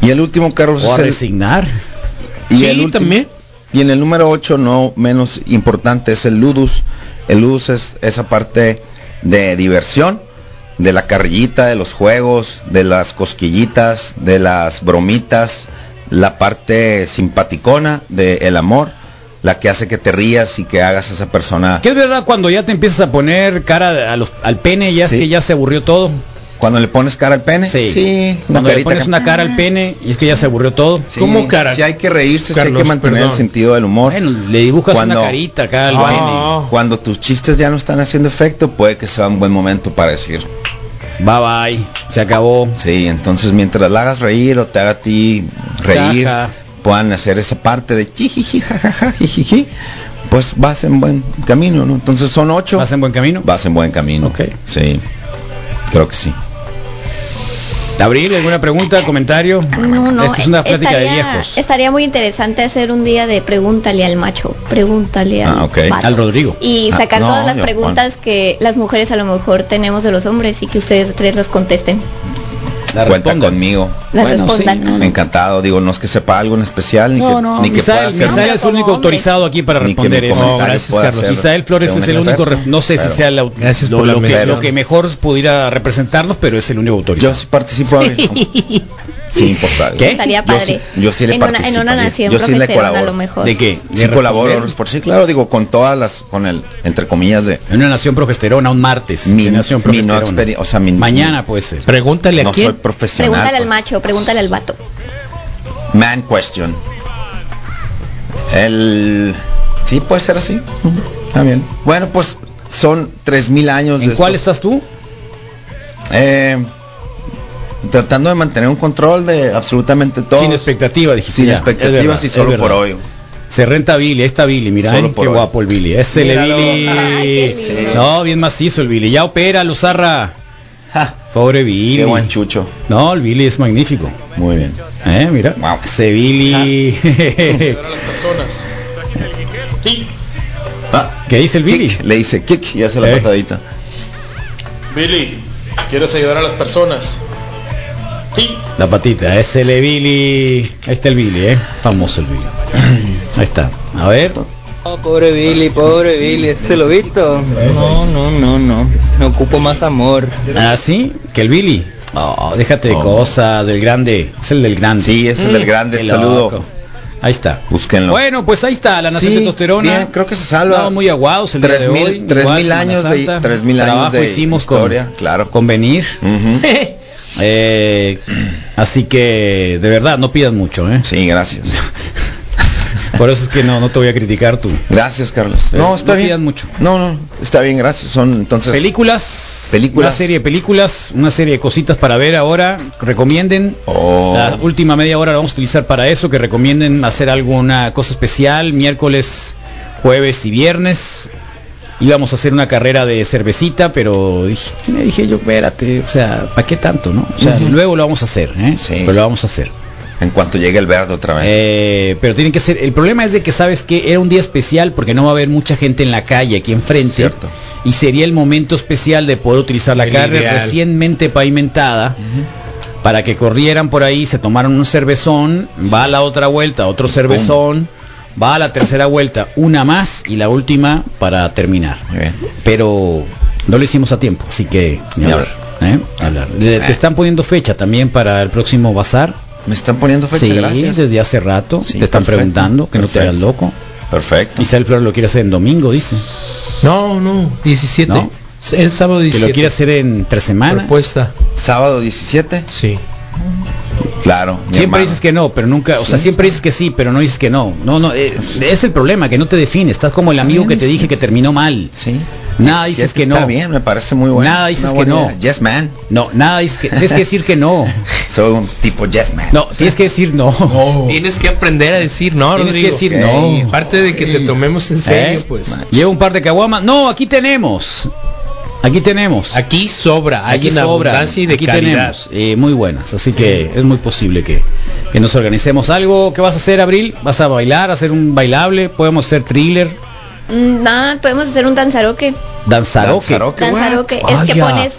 [SPEAKER 3] Y el último, Carlos,
[SPEAKER 2] O a
[SPEAKER 3] es el-
[SPEAKER 2] resignar.
[SPEAKER 3] Y
[SPEAKER 4] Sí,
[SPEAKER 3] el último-
[SPEAKER 4] también.
[SPEAKER 3] Y en el número 8, no menos importante, es el ludus. El ludus es esa parte de diversión, de la carrillita, de los juegos, de las cosquillitas, de las bromitas, la parte simpaticona del amor, la que hace que te rías y que hagas a esa persona.
[SPEAKER 2] Que es verdad cuando ya te empiezas a poner cara a los- al pene, ya
[SPEAKER 3] Sí.
[SPEAKER 2] es que ya se aburrió todo.
[SPEAKER 3] Cuando le pones cara al pene,
[SPEAKER 2] Sí.
[SPEAKER 3] una
[SPEAKER 2] cuando le
[SPEAKER 3] carita
[SPEAKER 2] pones
[SPEAKER 3] que-
[SPEAKER 2] una cara al pene y es que ya se aburrió todo.
[SPEAKER 3] Sí,
[SPEAKER 4] ¿Cómo cara?
[SPEAKER 3] Si hay que reírse, si hay
[SPEAKER 4] Carlos,
[SPEAKER 3] que mantener
[SPEAKER 4] perdón.
[SPEAKER 3] el sentido del humor.
[SPEAKER 2] Bueno, le dibujas
[SPEAKER 3] Cuando-
[SPEAKER 2] una carita acá al
[SPEAKER 4] Ah.
[SPEAKER 3] Cuando, cuando tus chistes ya no están haciendo efecto, puede que sea un buen momento para decir.
[SPEAKER 2] pene. Bye bye, se acabó.
[SPEAKER 3] Sí, entonces mientras la hagas reír o te haga a ti reír,
[SPEAKER 2] Ajá.
[SPEAKER 3] puedan hacer esa parte de jijiji, jajaja, jijiji, pues vas en buen camino, ¿no? Entonces son ocho,
[SPEAKER 2] ¿Vas en buen camino?
[SPEAKER 3] vas en buen camino.
[SPEAKER 2] Ok.
[SPEAKER 3] Sí, creo que sí.
[SPEAKER 2] Abril, ¿alguna pregunta, comentario?
[SPEAKER 5] No, no,
[SPEAKER 2] Esta es una plática
[SPEAKER 5] estaría,
[SPEAKER 2] de viejos.
[SPEAKER 5] Estaría muy interesante hacer un día de pregúntale al macho, pregúntale al,
[SPEAKER 3] Ah, ok.
[SPEAKER 5] vato.
[SPEAKER 2] Al Rodrigo.
[SPEAKER 5] Y
[SPEAKER 3] Ah,
[SPEAKER 5] sacar
[SPEAKER 3] no,
[SPEAKER 5] todas las
[SPEAKER 3] yo-
[SPEAKER 5] preguntas que las mujeres a lo mejor tenemos de los hombres y que ustedes tres las contesten,
[SPEAKER 2] La
[SPEAKER 3] Cuenta
[SPEAKER 2] respondo.
[SPEAKER 3] conmigo.
[SPEAKER 5] las
[SPEAKER 2] Bueno,
[SPEAKER 5] respondan.
[SPEAKER 2] sí, no,
[SPEAKER 3] Encantado, digo, no es que sepa algo en especial, ni
[SPEAKER 2] No,
[SPEAKER 3] que,
[SPEAKER 2] no,
[SPEAKER 3] ni que pueda
[SPEAKER 2] Misael,
[SPEAKER 3] hacer-
[SPEAKER 2] Misael es el único
[SPEAKER 5] Hombre.
[SPEAKER 2] autorizado aquí para
[SPEAKER 3] ni que mi
[SPEAKER 2] responder eso.
[SPEAKER 3] comentario
[SPEAKER 4] gracias,
[SPEAKER 3] pueda
[SPEAKER 4] Carlos.
[SPEAKER 3] ser
[SPEAKER 2] Misael Flores
[SPEAKER 3] de
[SPEAKER 2] es
[SPEAKER 3] un
[SPEAKER 2] el único, re-
[SPEAKER 3] experto,
[SPEAKER 2] no sé si
[SPEAKER 3] pero
[SPEAKER 2] sea la-
[SPEAKER 4] Gracias
[SPEAKER 2] lo,
[SPEAKER 4] por la
[SPEAKER 2] lo que,
[SPEAKER 4] mención.
[SPEAKER 2] lo que mejor pudiera representarnos, pero es el único
[SPEAKER 3] Yo
[SPEAKER 2] autorizado.
[SPEAKER 3] sí participo, Abril, aunque- sin importar.
[SPEAKER 2] ¿Qué?
[SPEAKER 5] Estaría
[SPEAKER 3] Yo
[SPEAKER 5] padre.
[SPEAKER 3] sí- yo sí le
[SPEAKER 5] en, una, en una
[SPEAKER 3] participaría.
[SPEAKER 5] nación
[SPEAKER 3] Yo sí le
[SPEAKER 5] profesional a
[SPEAKER 3] colaboro.
[SPEAKER 5] lo mejor.
[SPEAKER 2] ¿De qué?
[SPEAKER 3] Sí
[SPEAKER 2] ¿De
[SPEAKER 3] colaboro,
[SPEAKER 2] responder?
[SPEAKER 3] por sí, claro, digo, con todas las, con el, entre comillas, de
[SPEAKER 2] En una nación progesterona, un martes.
[SPEAKER 3] Mi-
[SPEAKER 2] de nación
[SPEAKER 3] mi
[SPEAKER 2] progesterona.
[SPEAKER 3] no experi- o sea, mi-
[SPEAKER 2] Mañana puede ser.
[SPEAKER 4] Pregúntale a
[SPEAKER 3] no soy
[SPEAKER 4] quién.
[SPEAKER 3] profesional.
[SPEAKER 5] Pregúntale al
[SPEAKER 3] pues.
[SPEAKER 5] macho, pregúntale al vato.
[SPEAKER 3] Man question. El... Sí, puede ser así. Está bien. Bueno, pues son 3.000 años
[SPEAKER 2] ¿En
[SPEAKER 3] de
[SPEAKER 2] cuál
[SPEAKER 3] esto.
[SPEAKER 2] estás tú?
[SPEAKER 3] Eh, tratando de mantener un control de absolutamente todo.
[SPEAKER 2] Sin expectativa, dijiste.
[SPEAKER 3] Sin
[SPEAKER 2] ya, es
[SPEAKER 3] expectativas
[SPEAKER 2] verdad,
[SPEAKER 3] y
[SPEAKER 2] es
[SPEAKER 3] solo por
[SPEAKER 2] verdad.
[SPEAKER 3] hoy.
[SPEAKER 2] Se renta Billy, ahí está Billy, mira,
[SPEAKER 3] Solo
[SPEAKER 2] ay,
[SPEAKER 3] por
[SPEAKER 2] qué
[SPEAKER 3] hoy.
[SPEAKER 2] guapo el Billy. Este le
[SPEAKER 4] Míralo.
[SPEAKER 2] Billy.
[SPEAKER 5] Ay, qué lindo.
[SPEAKER 2] no, bien macizo el Billy. Ya opera, Luzarra.
[SPEAKER 3] Ja,
[SPEAKER 2] Pobre Billy.
[SPEAKER 3] qué buen chucho.
[SPEAKER 2] No, el Billy es magnífico.
[SPEAKER 3] Muy bien.
[SPEAKER 2] Eh, mira.
[SPEAKER 3] Wow.
[SPEAKER 2] Ese Billy.
[SPEAKER 3] Ah,
[SPEAKER 2] ¿Qué dice el Billy?
[SPEAKER 3] kick, le dice kick y hace la
[SPEAKER 2] Eh.
[SPEAKER 3] patadita.
[SPEAKER 10] Billy, ¿quieres ayudar a las personas? Sí.
[SPEAKER 2] La patita, ese le Billy. Ahí está el Billy, eh. Famoso el Billy. Ahí está. A ver.
[SPEAKER 7] Oh, pobre Billy, pobre Billy, ese lobito. No, no, no, no. No ocupo más amor.
[SPEAKER 2] Ah, sí, que el Billy. Oh, déjate de
[SPEAKER 3] Oh.
[SPEAKER 2] cosas del grande. Es el del grande.
[SPEAKER 3] Sí, es el del grande.
[SPEAKER 2] Mm. Qué
[SPEAKER 3] Saludo.
[SPEAKER 2] loco. Ahí está.
[SPEAKER 3] Búsquenlo.
[SPEAKER 2] Bueno, pues ahí está la nación
[SPEAKER 3] Sí,
[SPEAKER 2] testosterona.
[SPEAKER 3] bien, creo que se salva.
[SPEAKER 2] Andamos muy aguados el día de
[SPEAKER 3] 3.000,
[SPEAKER 2] hoy.
[SPEAKER 3] 3.000
[SPEAKER 2] Igual, Semana
[SPEAKER 3] años de-
[SPEAKER 2] Santa.
[SPEAKER 3] 3.000 años
[SPEAKER 2] Trabajo
[SPEAKER 3] de
[SPEAKER 2] hicimos
[SPEAKER 3] historia,
[SPEAKER 2] con,
[SPEAKER 3] claro. Mm.
[SPEAKER 2] convenir.
[SPEAKER 3] Ujú.
[SPEAKER 2] Eh, así que de verdad no pidan mucho, ¿eh?
[SPEAKER 3] Sí, gracias.
[SPEAKER 2] Por eso es que no, no te voy a criticar tú.
[SPEAKER 3] Gracias, Carlos.
[SPEAKER 2] Eh,
[SPEAKER 3] No, está
[SPEAKER 2] no
[SPEAKER 3] bien.
[SPEAKER 2] pidan mucho.
[SPEAKER 3] No, no, está bien, gracias. Son entonces
[SPEAKER 2] Películas
[SPEAKER 3] Películas.
[SPEAKER 2] Una serie de películas, una serie de cositas para ver ahora. Recomienden.
[SPEAKER 3] Oh.
[SPEAKER 2] La última media hora la vamos a utilizar para eso, que recomienden hacer alguna cosa especial, miércoles, jueves y viernes. Íbamos a hacer una carrera de cervecita, pero dije, me dije yo, espérate, o sea, ¿para qué tanto, no? O sea, luego lo vamos a hacer, ¿eh?
[SPEAKER 3] Sí.
[SPEAKER 2] Pero lo vamos a hacer.
[SPEAKER 3] En cuanto llegue el verde otra vez.
[SPEAKER 2] Eh, pero tienen que ser. El problema es de que sabes que era un día especial porque no va a haber mucha gente en la calle aquí enfrente.
[SPEAKER 3] Cierto.
[SPEAKER 2] Y sería el momento especial de poder utilizar la
[SPEAKER 4] El
[SPEAKER 2] calle
[SPEAKER 4] ideal.
[SPEAKER 2] recientemente pavimentada para que corrieran por ahí, se tomaron un cervezón, va a la otra vuelta, otro cervezón, va a la tercera vuelta, una más y la última para terminar.
[SPEAKER 3] Muy bien.
[SPEAKER 2] Pero no lo hicimos a tiempo, así que ni
[SPEAKER 3] Ni
[SPEAKER 2] hablar, ¿eh? Ni hablar. Le- Te
[SPEAKER 3] Eh.
[SPEAKER 2] están poniendo fecha también para el próximo bazar.
[SPEAKER 3] Me están poniendo fecha,
[SPEAKER 2] Sí,
[SPEAKER 3] gracias.
[SPEAKER 2] desde hace rato.
[SPEAKER 3] Sí,
[SPEAKER 2] te están
[SPEAKER 3] perfecto,
[SPEAKER 2] preguntando que no te
[SPEAKER 3] perfecto.
[SPEAKER 2] hagas loco.
[SPEAKER 3] Perfecto.
[SPEAKER 2] Isabel Flores lo quiere hacer en domingo, dice.
[SPEAKER 4] No, no, 17.
[SPEAKER 2] ¿No?
[SPEAKER 4] El sábado
[SPEAKER 2] Que
[SPEAKER 4] 17.
[SPEAKER 2] lo quiere hacer en tres semanas.
[SPEAKER 3] pues,
[SPEAKER 4] Propuesta.
[SPEAKER 3] Sábado 17.
[SPEAKER 4] Sí.
[SPEAKER 3] Claro. mi
[SPEAKER 2] siempre
[SPEAKER 3] hermano.
[SPEAKER 2] dices que no, pero nunca, o sea, siempre dices que sí, pero no dices que no. No, no, eh, es el problema, que no te defines. Estás como el amigo que te dije que terminó mal.
[SPEAKER 3] Sí.
[SPEAKER 2] Nada dices
[SPEAKER 3] 17
[SPEAKER 2] que no.
[SPEAKER 3] Está bien, me parece muy bueno.
[SPEAKER 2] Nada
[SPEAKER 3] Es
[SPEAKER 2] dices
[SPEAKER 3] una
[SPEAKER 2] que
[SPEAKER 3] buena
[SPEAKER 2] no.
[SPEAKER 3] idea. Yes, man.
[SPEAKER 2] No, nada, es que, tienes que decir que no.
[SPEAKER 3] Soy un tipo yes, man.
[SPEAKER 2] No, tienes que decir no.
[SPEAKER 3] Oh.
[SPEAKER 4] Tienes que aprender a decir no,
[SPEAKER 2] Tienes que
[SPEAKER 4] Rodrigo.
[SPEAKER 2] decir
[SPEAKER 3] Ok.
[SPEAKER 2] no.
[SPEAKER 4] Aparte de que te tomemos en serio,
[SPEAKER 2] ¿Eh?
[SPEAKER 4] pues.
[SPEAKER 2] Lleva un par de caguamas. No, aquí tenemos. Aquí tenemos.
[SPEAKER 4] Aquí sobra, hay
[SPEAKER 2] Aquí
[SPEAKER 4] en
[SPEAKER 2] sobra,
[SPEAKER 4] abundancia y de
[SPEAKER 2] aquí
[SPEAKER 4] calidad.
[SPEAKER 2] tenemos eh, muy buenas, así que es muy posible que, que nos organicemos algo. ¿Qué vas a hacer, Abril? ¿Vas a bailar, hacer un bailable? ¿Podemos hacer thriller?
[SPEAKER 5] Mm, ah, podemos hacer un danzaroque.
[SPEAKER 2] ¿Danzaroque?
[SPEAKER 3] Danzaroque. ¿Qué, what?
[SPEAKER 5] Danzaroque es que
[SPEAKER 2] Vaya.
[SPEAKER 5] pones...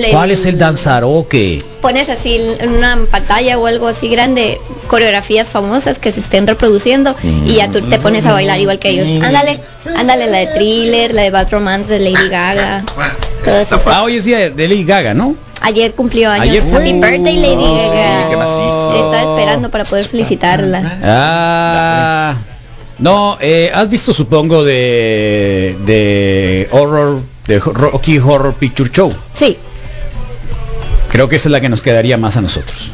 [SPEAKER 5] le-
[SPEAKER 2] ¿Cuál es el danzaroque?
[SPEAKER 5] Pones así en una pantalla o algo así grande, coreografías famosas que se estén reproduciendo y ya tú te pones a bailar igual que
[SPEAKER 2] Mm.
[SPEAKER 5] ellos. Ándale, ándale la de Thriller, la de Bad Romance de Lady Gaga. Todas esas.
[SPEAKER 2] Ah, hoy es día de- de Lady Gaga, ¿no?
[SPEAKER 5] Ayer cumplió años.
[SPEAKER 2] Ayer fue.
[SPEAKER 5] Happy birthday, Lady
[SPEAKER 3] Oh, sí,
[SPEAKER 5] Gaga.
[SPEAKER 3] qué macizo.
[SPEAKER 5] Te estaba esperando para poder felicitarla.
[SPEAKER 2] Ah, no, eh, has visto supongo de de horror, de Rocky Horror Picture Show.
[SPEAKER 5] Sí,
[SPEAKER 2] Creo que esa es la que nos quedaría más a nosotros.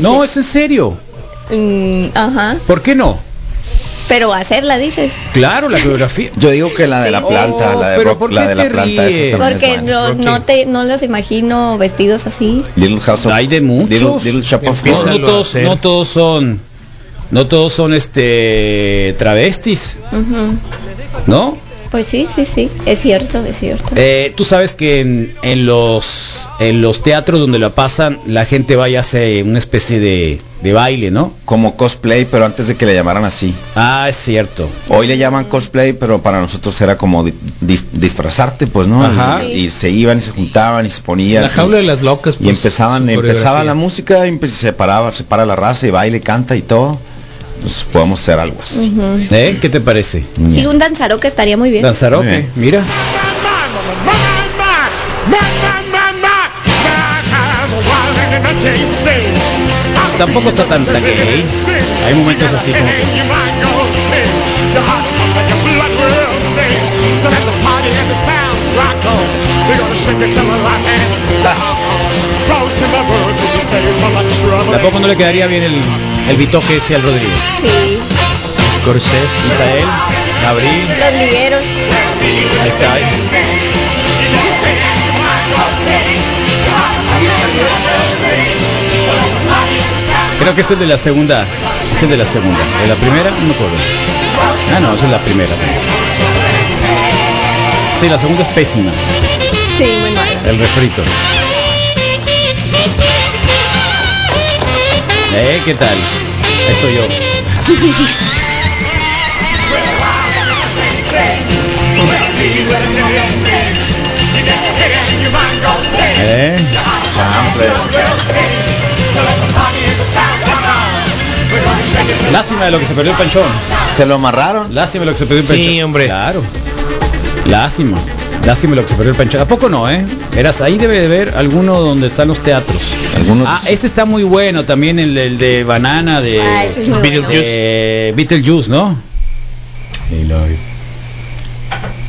[SPEAKER 2] No, es en serio.
[SPEAKER 5] Mm, ajá.
[SPEAKER 2] ¿Por qué no?
[SPEAKER 5] Pero hacerla, dices.
[SPEAKER 2] Claro, la coreografía.
[SPEAKER 3] Yo digo que la de la
[SPEAKER 2] Sí.
[SPEAKER 3] planta,
[SPEAKER 2] Oh,
[SPEAKER 3] la de
[SPEAKER 2] pero
[SPEAKER 3] rock-
[SPEAKER 2] ¿por
[SPEAKER 3] la
[SPEAKER 2] qué
[SPEAKER 3] de la
[SPEAKER 2] te
[SPEAKER 3] planta esa
[SPEAKER 2] ríes?
[SPEAKER 3] también es
[SPEAKER 5] Porque
[SPEAKER 3] buena.
[SPEAKER 5] no, no te, no los imagino vestidos así.
[SPEAKER 3] Little House of
[SPEAKER 2] Hay de muchos.
[SPEAKER 3] Little, Little Shop of
[SPEAKER 4] Empieza
[SPEAKER 2] No
[SPEAKER 3] Horrors.
[SPEAKER 4] lo
[SPEAKER 2] todos,
[SPEAKER 4] hacer.
[SPEAKER 2] no todos son, no todos son este travestis,
[SPEAKER 5] Ujú.
[SPEAKER 2] ¿no?
[SPEAKER 5] Pues sí, sí, sí. Es cierto, es cierto.
[SPEAKER 2] Eh, Tú sabes que en, en los en los teatros donde la pasan, la gente va y hace una especie de, de baile, ¿no?
[SPEAKER 3] Como cosplay, pero antes de que le llamaran así.
[SPEAKER 2] Ah, es cierto.
[SPEAKER 3] Hoy le
[SPEAKER 5] Mm.
[SPEAKER 3] llaman cosplay, pero para nosotros era como di- dis- disfrazarte, pues, ¿no?
[SPEAKER 2] Ajá.
[SPEAKER 3] Y, y se iban y se juntaban y se ponían.
[SPEAKER 4] La jaula de las locas. pues.
[SPEAKER 3] Y empezaban,
[SPEAKER 4] su
[SPEAKER 3] empezaba la
[SPEAKER 4] coreografía.
[SPEAKER 3] música y empe- se paraba, se para la raza y baila y canta y todo. Entonces podemos hacer algo así.
[SPEAKER 5] Ujú.
[SPEAKER 2] ¿Eh? ¿Qué te parece?
[SPEAKER 5] Sí, un danzaroque estaría muy bien.
[SPEAKER 3] Muy
[SPEAKER 2] Danzaroque,
[SPEAKER 3] bien.
[SPEAKER 2] mira. Tampoco está tan, tan gay. Hay momentos así como que... Tampoco no le quedaría bien el, el bitoque ese al Rodrigo.
[SPEAKER 5] Sí.
[SPEAKER 2] Corset, Isael, Abril,
[SPEAKER 5] Los ligueros.
[SPEAKER 2] ahí está. Creo que es el de la segunda. Es el de la segunda. ¿De la primera? No me acuerdo. Ah, no, esa es la primera. Sí, la segunda es pésima.
[SPEAKER 5] Sí, muy mal.
[SPEAKER 2] El refrito. Eh, ¿qué tal? Esto yo. Eh, lástima de lo que se perdió el panchón.
[SPEAKER 3] Se lo amarraron.
[SPEAKER 2] Lástima de lo que se perdió el
[SPEAKER 4] Sí,
[SPEAKER 2] panchón.
[SPEAKER 4] hombre.
[SPEAKER 2] Claro. Lástima. Lástima de lo que se perdió el panchón. ¿A poco no, eh? Eras ahí debe de ver alguno donde están los teatros.
[SPEAKER 3] Algunos.
[SPEAKER 2] Ah, este está muy bueno también, el, el de banana de,
[SPEAKER 5] Ah, ese es muy bueno.
[SPEAKER 2] de Beetlejuice, ¿no?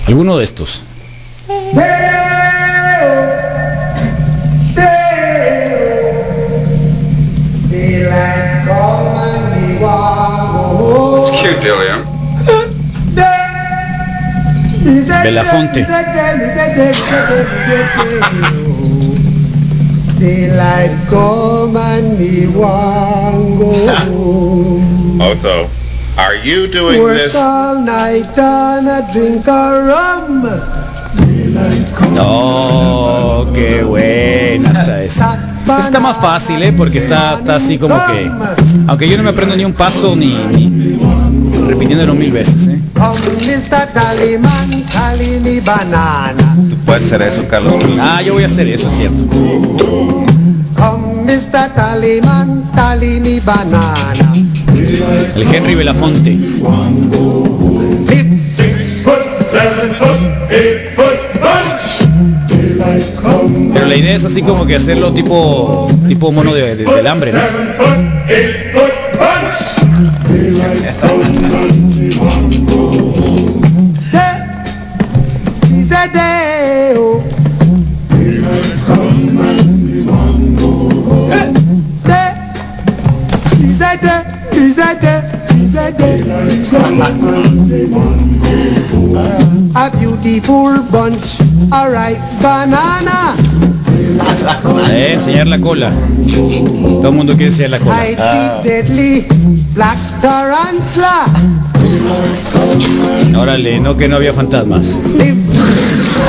[SPEAKER 2] Alguno de estos.
[SPEAKER 6] It's cute, William.
[SPEAKER 1] Dice
[SPEAKER 2] Belafonte.
[SPEAKER 11] Daylight come and me want go home.
[SPEAKER 12] Also, are you doing
[SPEAKER 11] Work
[SPEAKER 12] this?
[SPEAKER 11] all night and I drink a rum.
[SPEAKER 2] No, qué buena está esa. Esa Está más fácil, ¿eh? Porque está, está así como que... Aunque yo no me aprendo ni un paso ni, ni- repitiéndolo mil veces, ¿eh?
[SPEAKER 11] Come, Mr. Tallyman, tally me banana.
[SPEAKER 3] Puede ser eso, Carlos.
[SPEAKER 2] Ah, yo voy a hacer eso, es cierto.
[SPEAKER 11] Come, Mr. Tallyman, tally me banana.
[SPEAKER 2] El Henry Belafonte. Pero la idea es así como que hacerlo tipo tipo mono de- de- del hambre, ¿no?
[SPEAKER 11] She's a day, oh. Day. She's a day, she's a day, she's a day. A beautiful bunch, a ripe banana.
[SPEAKER 2] Eh, enseñar la cola. Todo el mundo quiere enseñar la cola.
[SPEAKER 11] I deadly black tarantula.
[SPEAKER 2] Órale, no que no había fantasmas.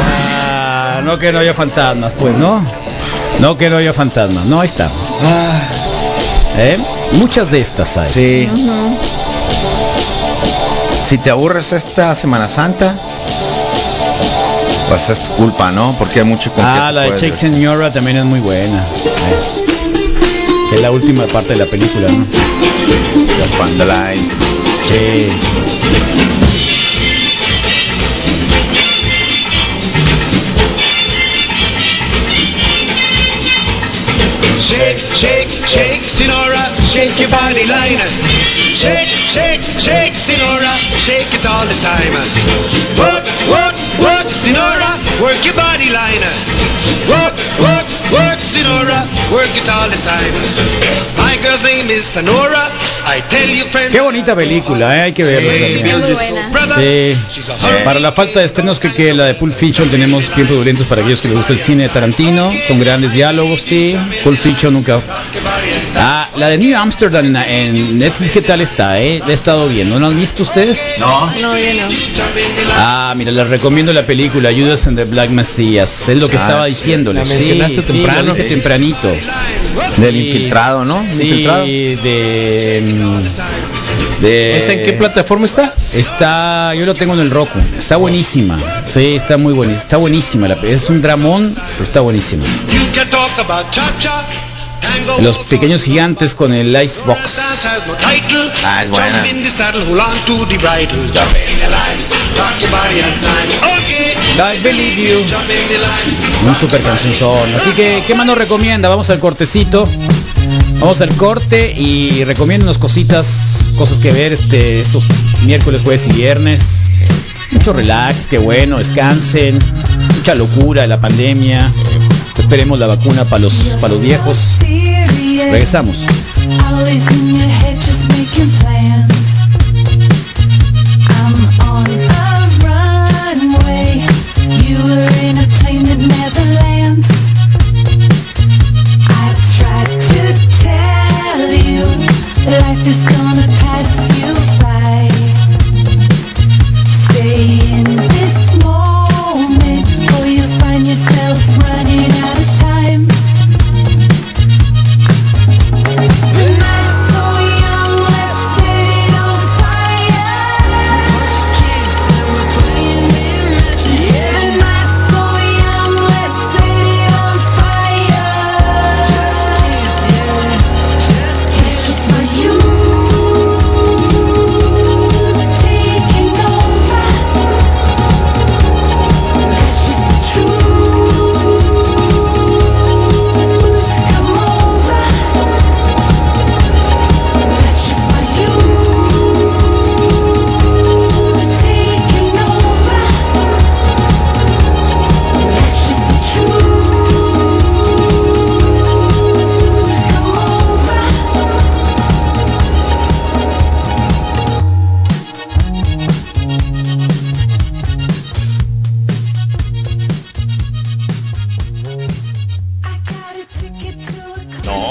[SPEAKER 2] Ah, no que no había fantasmas, pues, ¿no? No que no había fantasmas. No, ahí está. ¿Eh? Muchas de estas hay.
[SPEAKER 3] Sí. Si te aburres esta Semana Santa, pues es tu culpa, ¿no? Porque hay mucho con
[SPEAKER 2] Ah,
[SPEAKER 3] qué
[SPEAKER 2] la de
[SPEAKER 3] puedes
[SPEAKER 2] Shake Senora también es muy buena. Eh, Que es la última parte de la película, ¿no?
[SPEAKER 3] ver. Cuando la-
[SPEAKER 2] Sí.
[SPEAKER 1] Shake, shake, shake, Sinora, shake your body line. Shake, shake, shake, Sinora, shake it all the time. Work, work, work, Sinora, work your body line. Work, work, work, Sinora, work it all the time. My girl's name is Sonora, I tell you friends.
[SPEAKER 2] Qué bonita película, ¿eh? hay que verla. también. Sí. Para la falta de estrenos creo que la de Pulp Fiction tenemos tiempos violentos para aquellos que les gusta el cine de Tarantino, con grandes diálogos, sí. Pulp Fiction nunca. Ah, la de New Amsterdam en, en Netflix, ¿qué tal está? Eh? La he estado viendo, ¿no la han visto ustedes?
[SPEAKER 3] No.
[SPEAKER 5] No, yo no.
[SPEAKER 2] Ah, mira, les recomiendo la película Judas and the Black Messiah. Es lo que
[SPEAKER 3] Ah,
[SPEAKER 2] estaba
[SPEAKER 3] sí.
[SPEAKER 2] diciéndoles.
[SPEAKER 4] La
[SPEAKER 2] Sí,
[SPEAKER 4] mencionaste
[SPEAKER 2] sí,
[SPEAKER 4] temprano.
[SPEAKER 2] lo dije tempranito.
[SPEAKER 3] Del
[SPEAKER 2] Sí.
[SPEAKER 3] infiltrado, ¿no?
[SPEAKER 2] Sí,
[SPEAKER 3] Infiltrado.
[SPEAKER 2] de... mm, de-
[SPEAKER 4] ¿Esa en qué plataforma está?
[SPEAKER 2] Está, yo lo tengo en el Roku. Está buenísima. Sí, está muy buenísima. Está buenísima. la pe- es un dramón, pero está buenísima.
[SPEAKER 1] You can talk about cha-cha, tango,
[SPEAKER 2] Los pequeños gigantes con el Icebox.
[SPEAKER 1] Dance has no title.
[SPEAKER 3] Ah, es buena.
[SPEAKER 1] Jump in the saddle, hold on to the bridle. Jump in the line, rock your body on time. Okay,
[SPEAKER 2] I believe you.
[SPEAKER 1] jump in the line.
[SPEAKER 2] Un super cancionzón. Así que, ¿qué más nos recomienda? Vamos al cortecito. Vamos al corte y recomiéndanos cositas, cosas que ver este, estos miércoles, jueves y viernes. Mucho relax, qué bueno, descansen. Mucha locura de la pandemia. Esperemos la vacuna para los, para los viejos. Regresamos.
[SPEAKER 13] Always in your head, just making plans. I'm on a runway. You were in a plane that never lands. I tried to tell you, life is gonna pass you by. Stay in this moment, or you find yourself running out of time. The night's so young.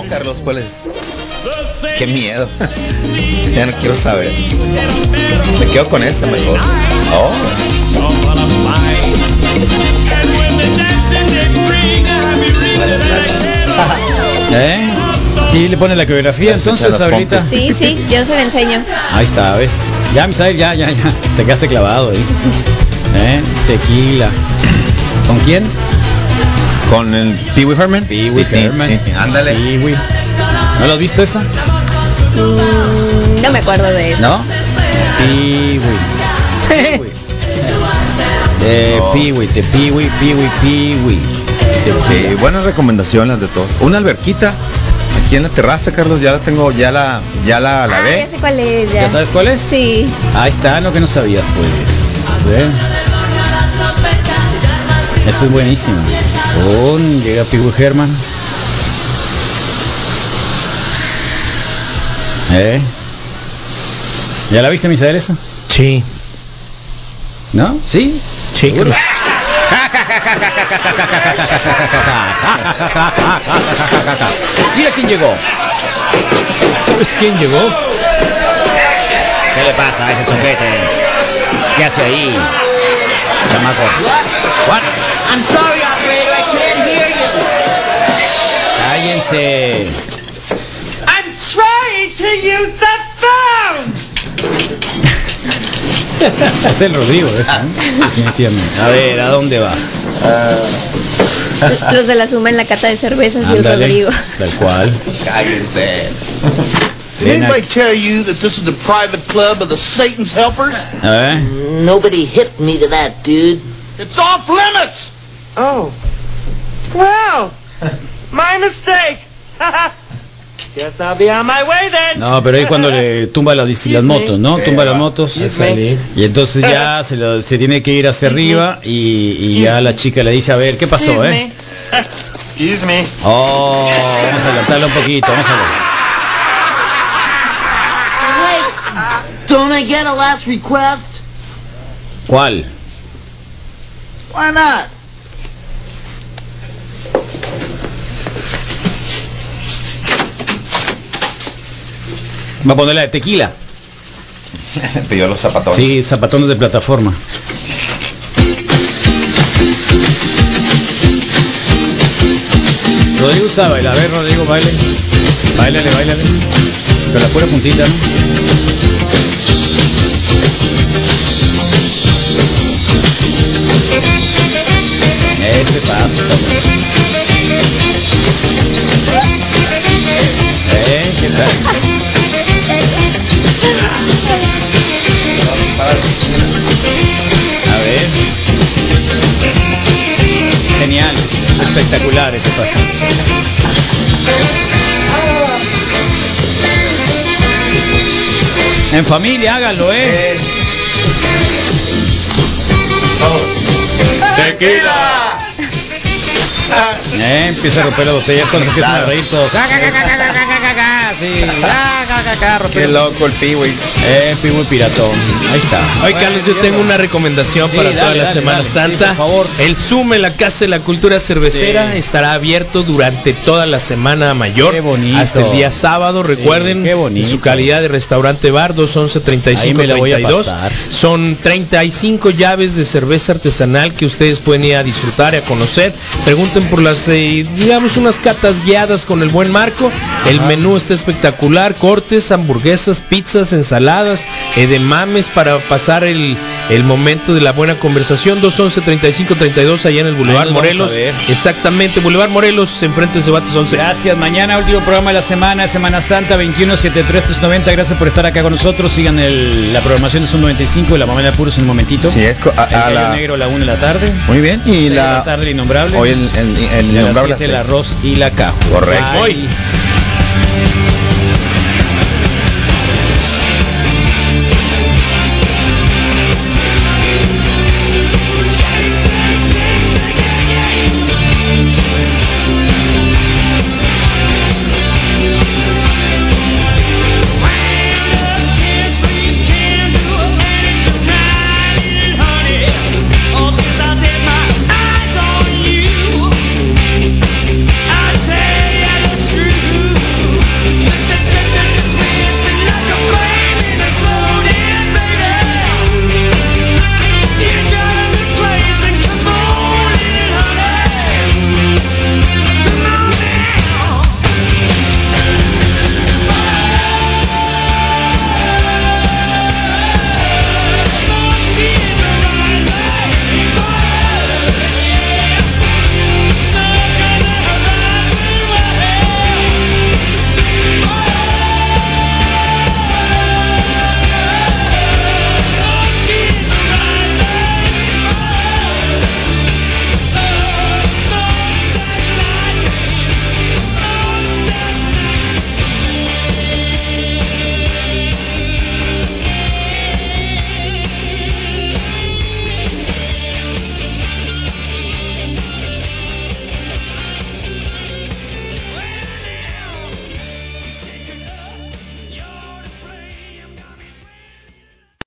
[SPEAKER 3] sabes cuál es. Qué miedo. ya no quiero saber. Me quedo con ese mejor. Oh.
[SPEAKER 2] ¿Eh? Sí, le pone la coreografía entonces, ahorita.
[SPEAKER 5] Sí, sí, yo se la enseño.
[SPEAKER 2] Ahí está, ¿ves? Ya, Misael, ya, ya, ya. Te quedaste clavado ahí. ¿Eh? Tequila. ¿Con quién?
[SPEAKER 3] Con el Pee Wee Herman.
[SPEAKER 2] Pee Wee
[SPEAKER 3] Tin, tin,
[SPEAKER 2] Herman.
[SPEAKER 3] tin, tin. Eh, Ándale.
[SPEAKER 2] Pee Wee. ¿No lo has visto esa?
[SPEAKER 5] Mm, No me acuerdo de eso.
[SPEAKER 2] ¿No? Pee Wee. Eh, Pee Wee, te Pee Wee, Pee Wee, Pee Wee.
[SPEAKER 3] Sí, buenas recomendaciones de todos. Una alberquita aquí en la terraza, Carlos, ya la tengo, ya la, ya la
[SPEAKER 5] Ah,
[SPEAKER 3] lavé.
[SPEAKER 5] ya sé cuál es.
[SPEAKER 2] ¿Ya sabes cuál es?
[SPEAKER 5] Sí.
[SPEAKER 2] Ahí está, lo que no sabías, pues. ¿eh? Esta es buenísimo. llega Pee Wee Herman. ¿Eh? ¿Ya la viste, Misael, esa?
[SPEAKER 4] Sí.
[SPEAKER 2] ¿No? ¿Sí?
[SPEAKER 4] Sí, creo.
[SPEAKER 2] Mira quién llegó.
[SPEAKER 4] ¿Sabes quién llegó?
[SPEAKER 2] ¿Qué le pasa a ese sujeto? ¿Qué hace ahí? Chamaco. What?
[SPEAKER 13] I'm sorry, operator. I can't hear you.
[SPEAKER 2] Cállense.
[SPEAKER 13] I'm trying to use the phone.
[SPEAKER 2] Es el Rodrigo ese, ¿eh? Definitivamente. A ver, ¿a dónde vas?
[SPEAKER 5] Los de la suma en la cata de cervezas y el
[SPEAKER 2] Ándale,
[SPEAKER 5] Rodrigo.
[SPEAKER 2] Tal cual.
[SPEAKER 3] Cállense.
[SPEAKER 2] Ven
[SPEAKER 10] Anybody tell you that this is the private club of the Satan's helpers?
[SPEAKER 2] A ver.
[SPEAKER 14] Nobody hit me to that, dude.
[SPEAKER 10] It's off limits.
[SPEAKER 14] Oh. Well, my mistake.
[SPEAKER 7] Guess I'll be on my way then.
[SPEAKER 2] No, pero ahí cuando le tumba las, bici- las motos, ¿no? Tumba las motos. Y entonces
[SPEAKER 7] Eh.
[SPEAKER 2] ya se, lo- se tiene que ir hacia arriba y, y ya la chica le dice, a ver, ¿qué pasó, eh?
[SPEAKER 7] Excuse me.
[SPEAKER 2] Oh, vamos a adelantarla un poquito, vamos a ver.
[SPEAKER 14] Wait, don't I get a last request?
[SPEAKER 2] ¿Cuál?
[SPEAKER 14] Why not?
[SPEAKER 2] Va a poner la de tequila.
[SPEAKER 3] Pidió los zapatones.
[SPEAKER 2] Sí, zapatones de plataforma. Rodrigo usa baila, a ver Rodrigo, baile. Bailale, bailale. Con la pura puntita, ¿no? Ese paso, cabrón. ¿Eh? ¿Qué tal? A ver. Genial, espectacular ese paso. En familia, hágalo, ¿eh?
[SPEAKER 10] Tequila.
[SPEAKER 2] Eh, Empieza a romper la botella cuando se empiezan a reír todos. Ja, ja, ja, ja, ja, ja, ja, ja, Sí, ja, ja, ja, ja, romper-
[SPEAKER 3] Qué loco el piwi.
[SPEAKER 2] Eh, pibu piratón. Ahí está.
[SPEAKER 4] Oye, Carlos, yo tengo una recomendación
[SPEAKER 2] Sí,
[SPEAKER 4] para
[SPEAKER 2] dale,
[SPEAKER 4] toda la
[SPEAKER 2] dale,
[SPEAKER 4] Semana
[SPEAKER 2] dale, sí,
[SPEAKER 4] Santa.
[SPEAKER 2] por favor.
[SPEAKER 4] El Zoom en la Casa de la Cultura Cervecera
[SPEAKER 2] Sí.
[SPEAKER 4] estará abierto durante toda la Semana Mayor.
[SPEAKER 2] Qué bonito.
[SPEAKER 4] Hasta el día sábado. Recuerden
[SPEAKER 2] qué bonito.
[SPEAKER 4] su calidad de restaurante bar 211
[SPEAKER 2] Ahí
[SPEAKER 4] 35
[SPEAKER 2] me la voy a
[SPEAKER 4] 32.
[SPEAKER 2] pasar.
[SPEAKER 4] Son 35 llaves de cerveza artesanal que ustedes pueden ir a disfrutar y a conocer. Pregunten por las, eh, digamos, unas catas guiadas con el buen marco. El menú está espectacular. Cortes, hamburguesas, pizzas, ensaladas, eh, de mames para pasar el, el momento de la buena conversación. 211-3532 allá en el Boulevard
[SPEAKER 2] nos vamos
[SPEAKER 4] Morelos.
[SPEAKER 2] a ver.
[SPEAKER 4] Exactamente, Boulevard Morelos, enfrente de Cebates 11.
[SPEAKER 2] Gracias, mañana último programa de la semana, Semana Santa 21-73-390. Gracias por estar acá con nosotros. Sigan el- la programación de Zoom 95 de la mamá de Apuros en un momentito.
[SPEAKER 3] Sí, es co- a-
[SPEAKER 2] El
[SPEAKER 3] a
[SPEAKER 2] Gallo
[SPEAKER 3] la-
[SPEAKER 2] negro a la 1 de la tarde.
[SPEAKER 3] Muy bien. Y
[SPEAKER 2] Seis de la
[SPEAKER 3] la
[SPEAKER 2] tarde el innombrable.
[SPEAKER 3] hoy el, el, el
[SPEAKER 2] Y a las
[SPEAKER 3] innombrable
[SPEAKER 2] siete el
[SPEAKER 3] seis.
[SPEAKER 2] arroz y la caja.
[SPEAKER 3] Correcto.
[SPEAKER 2] Bye.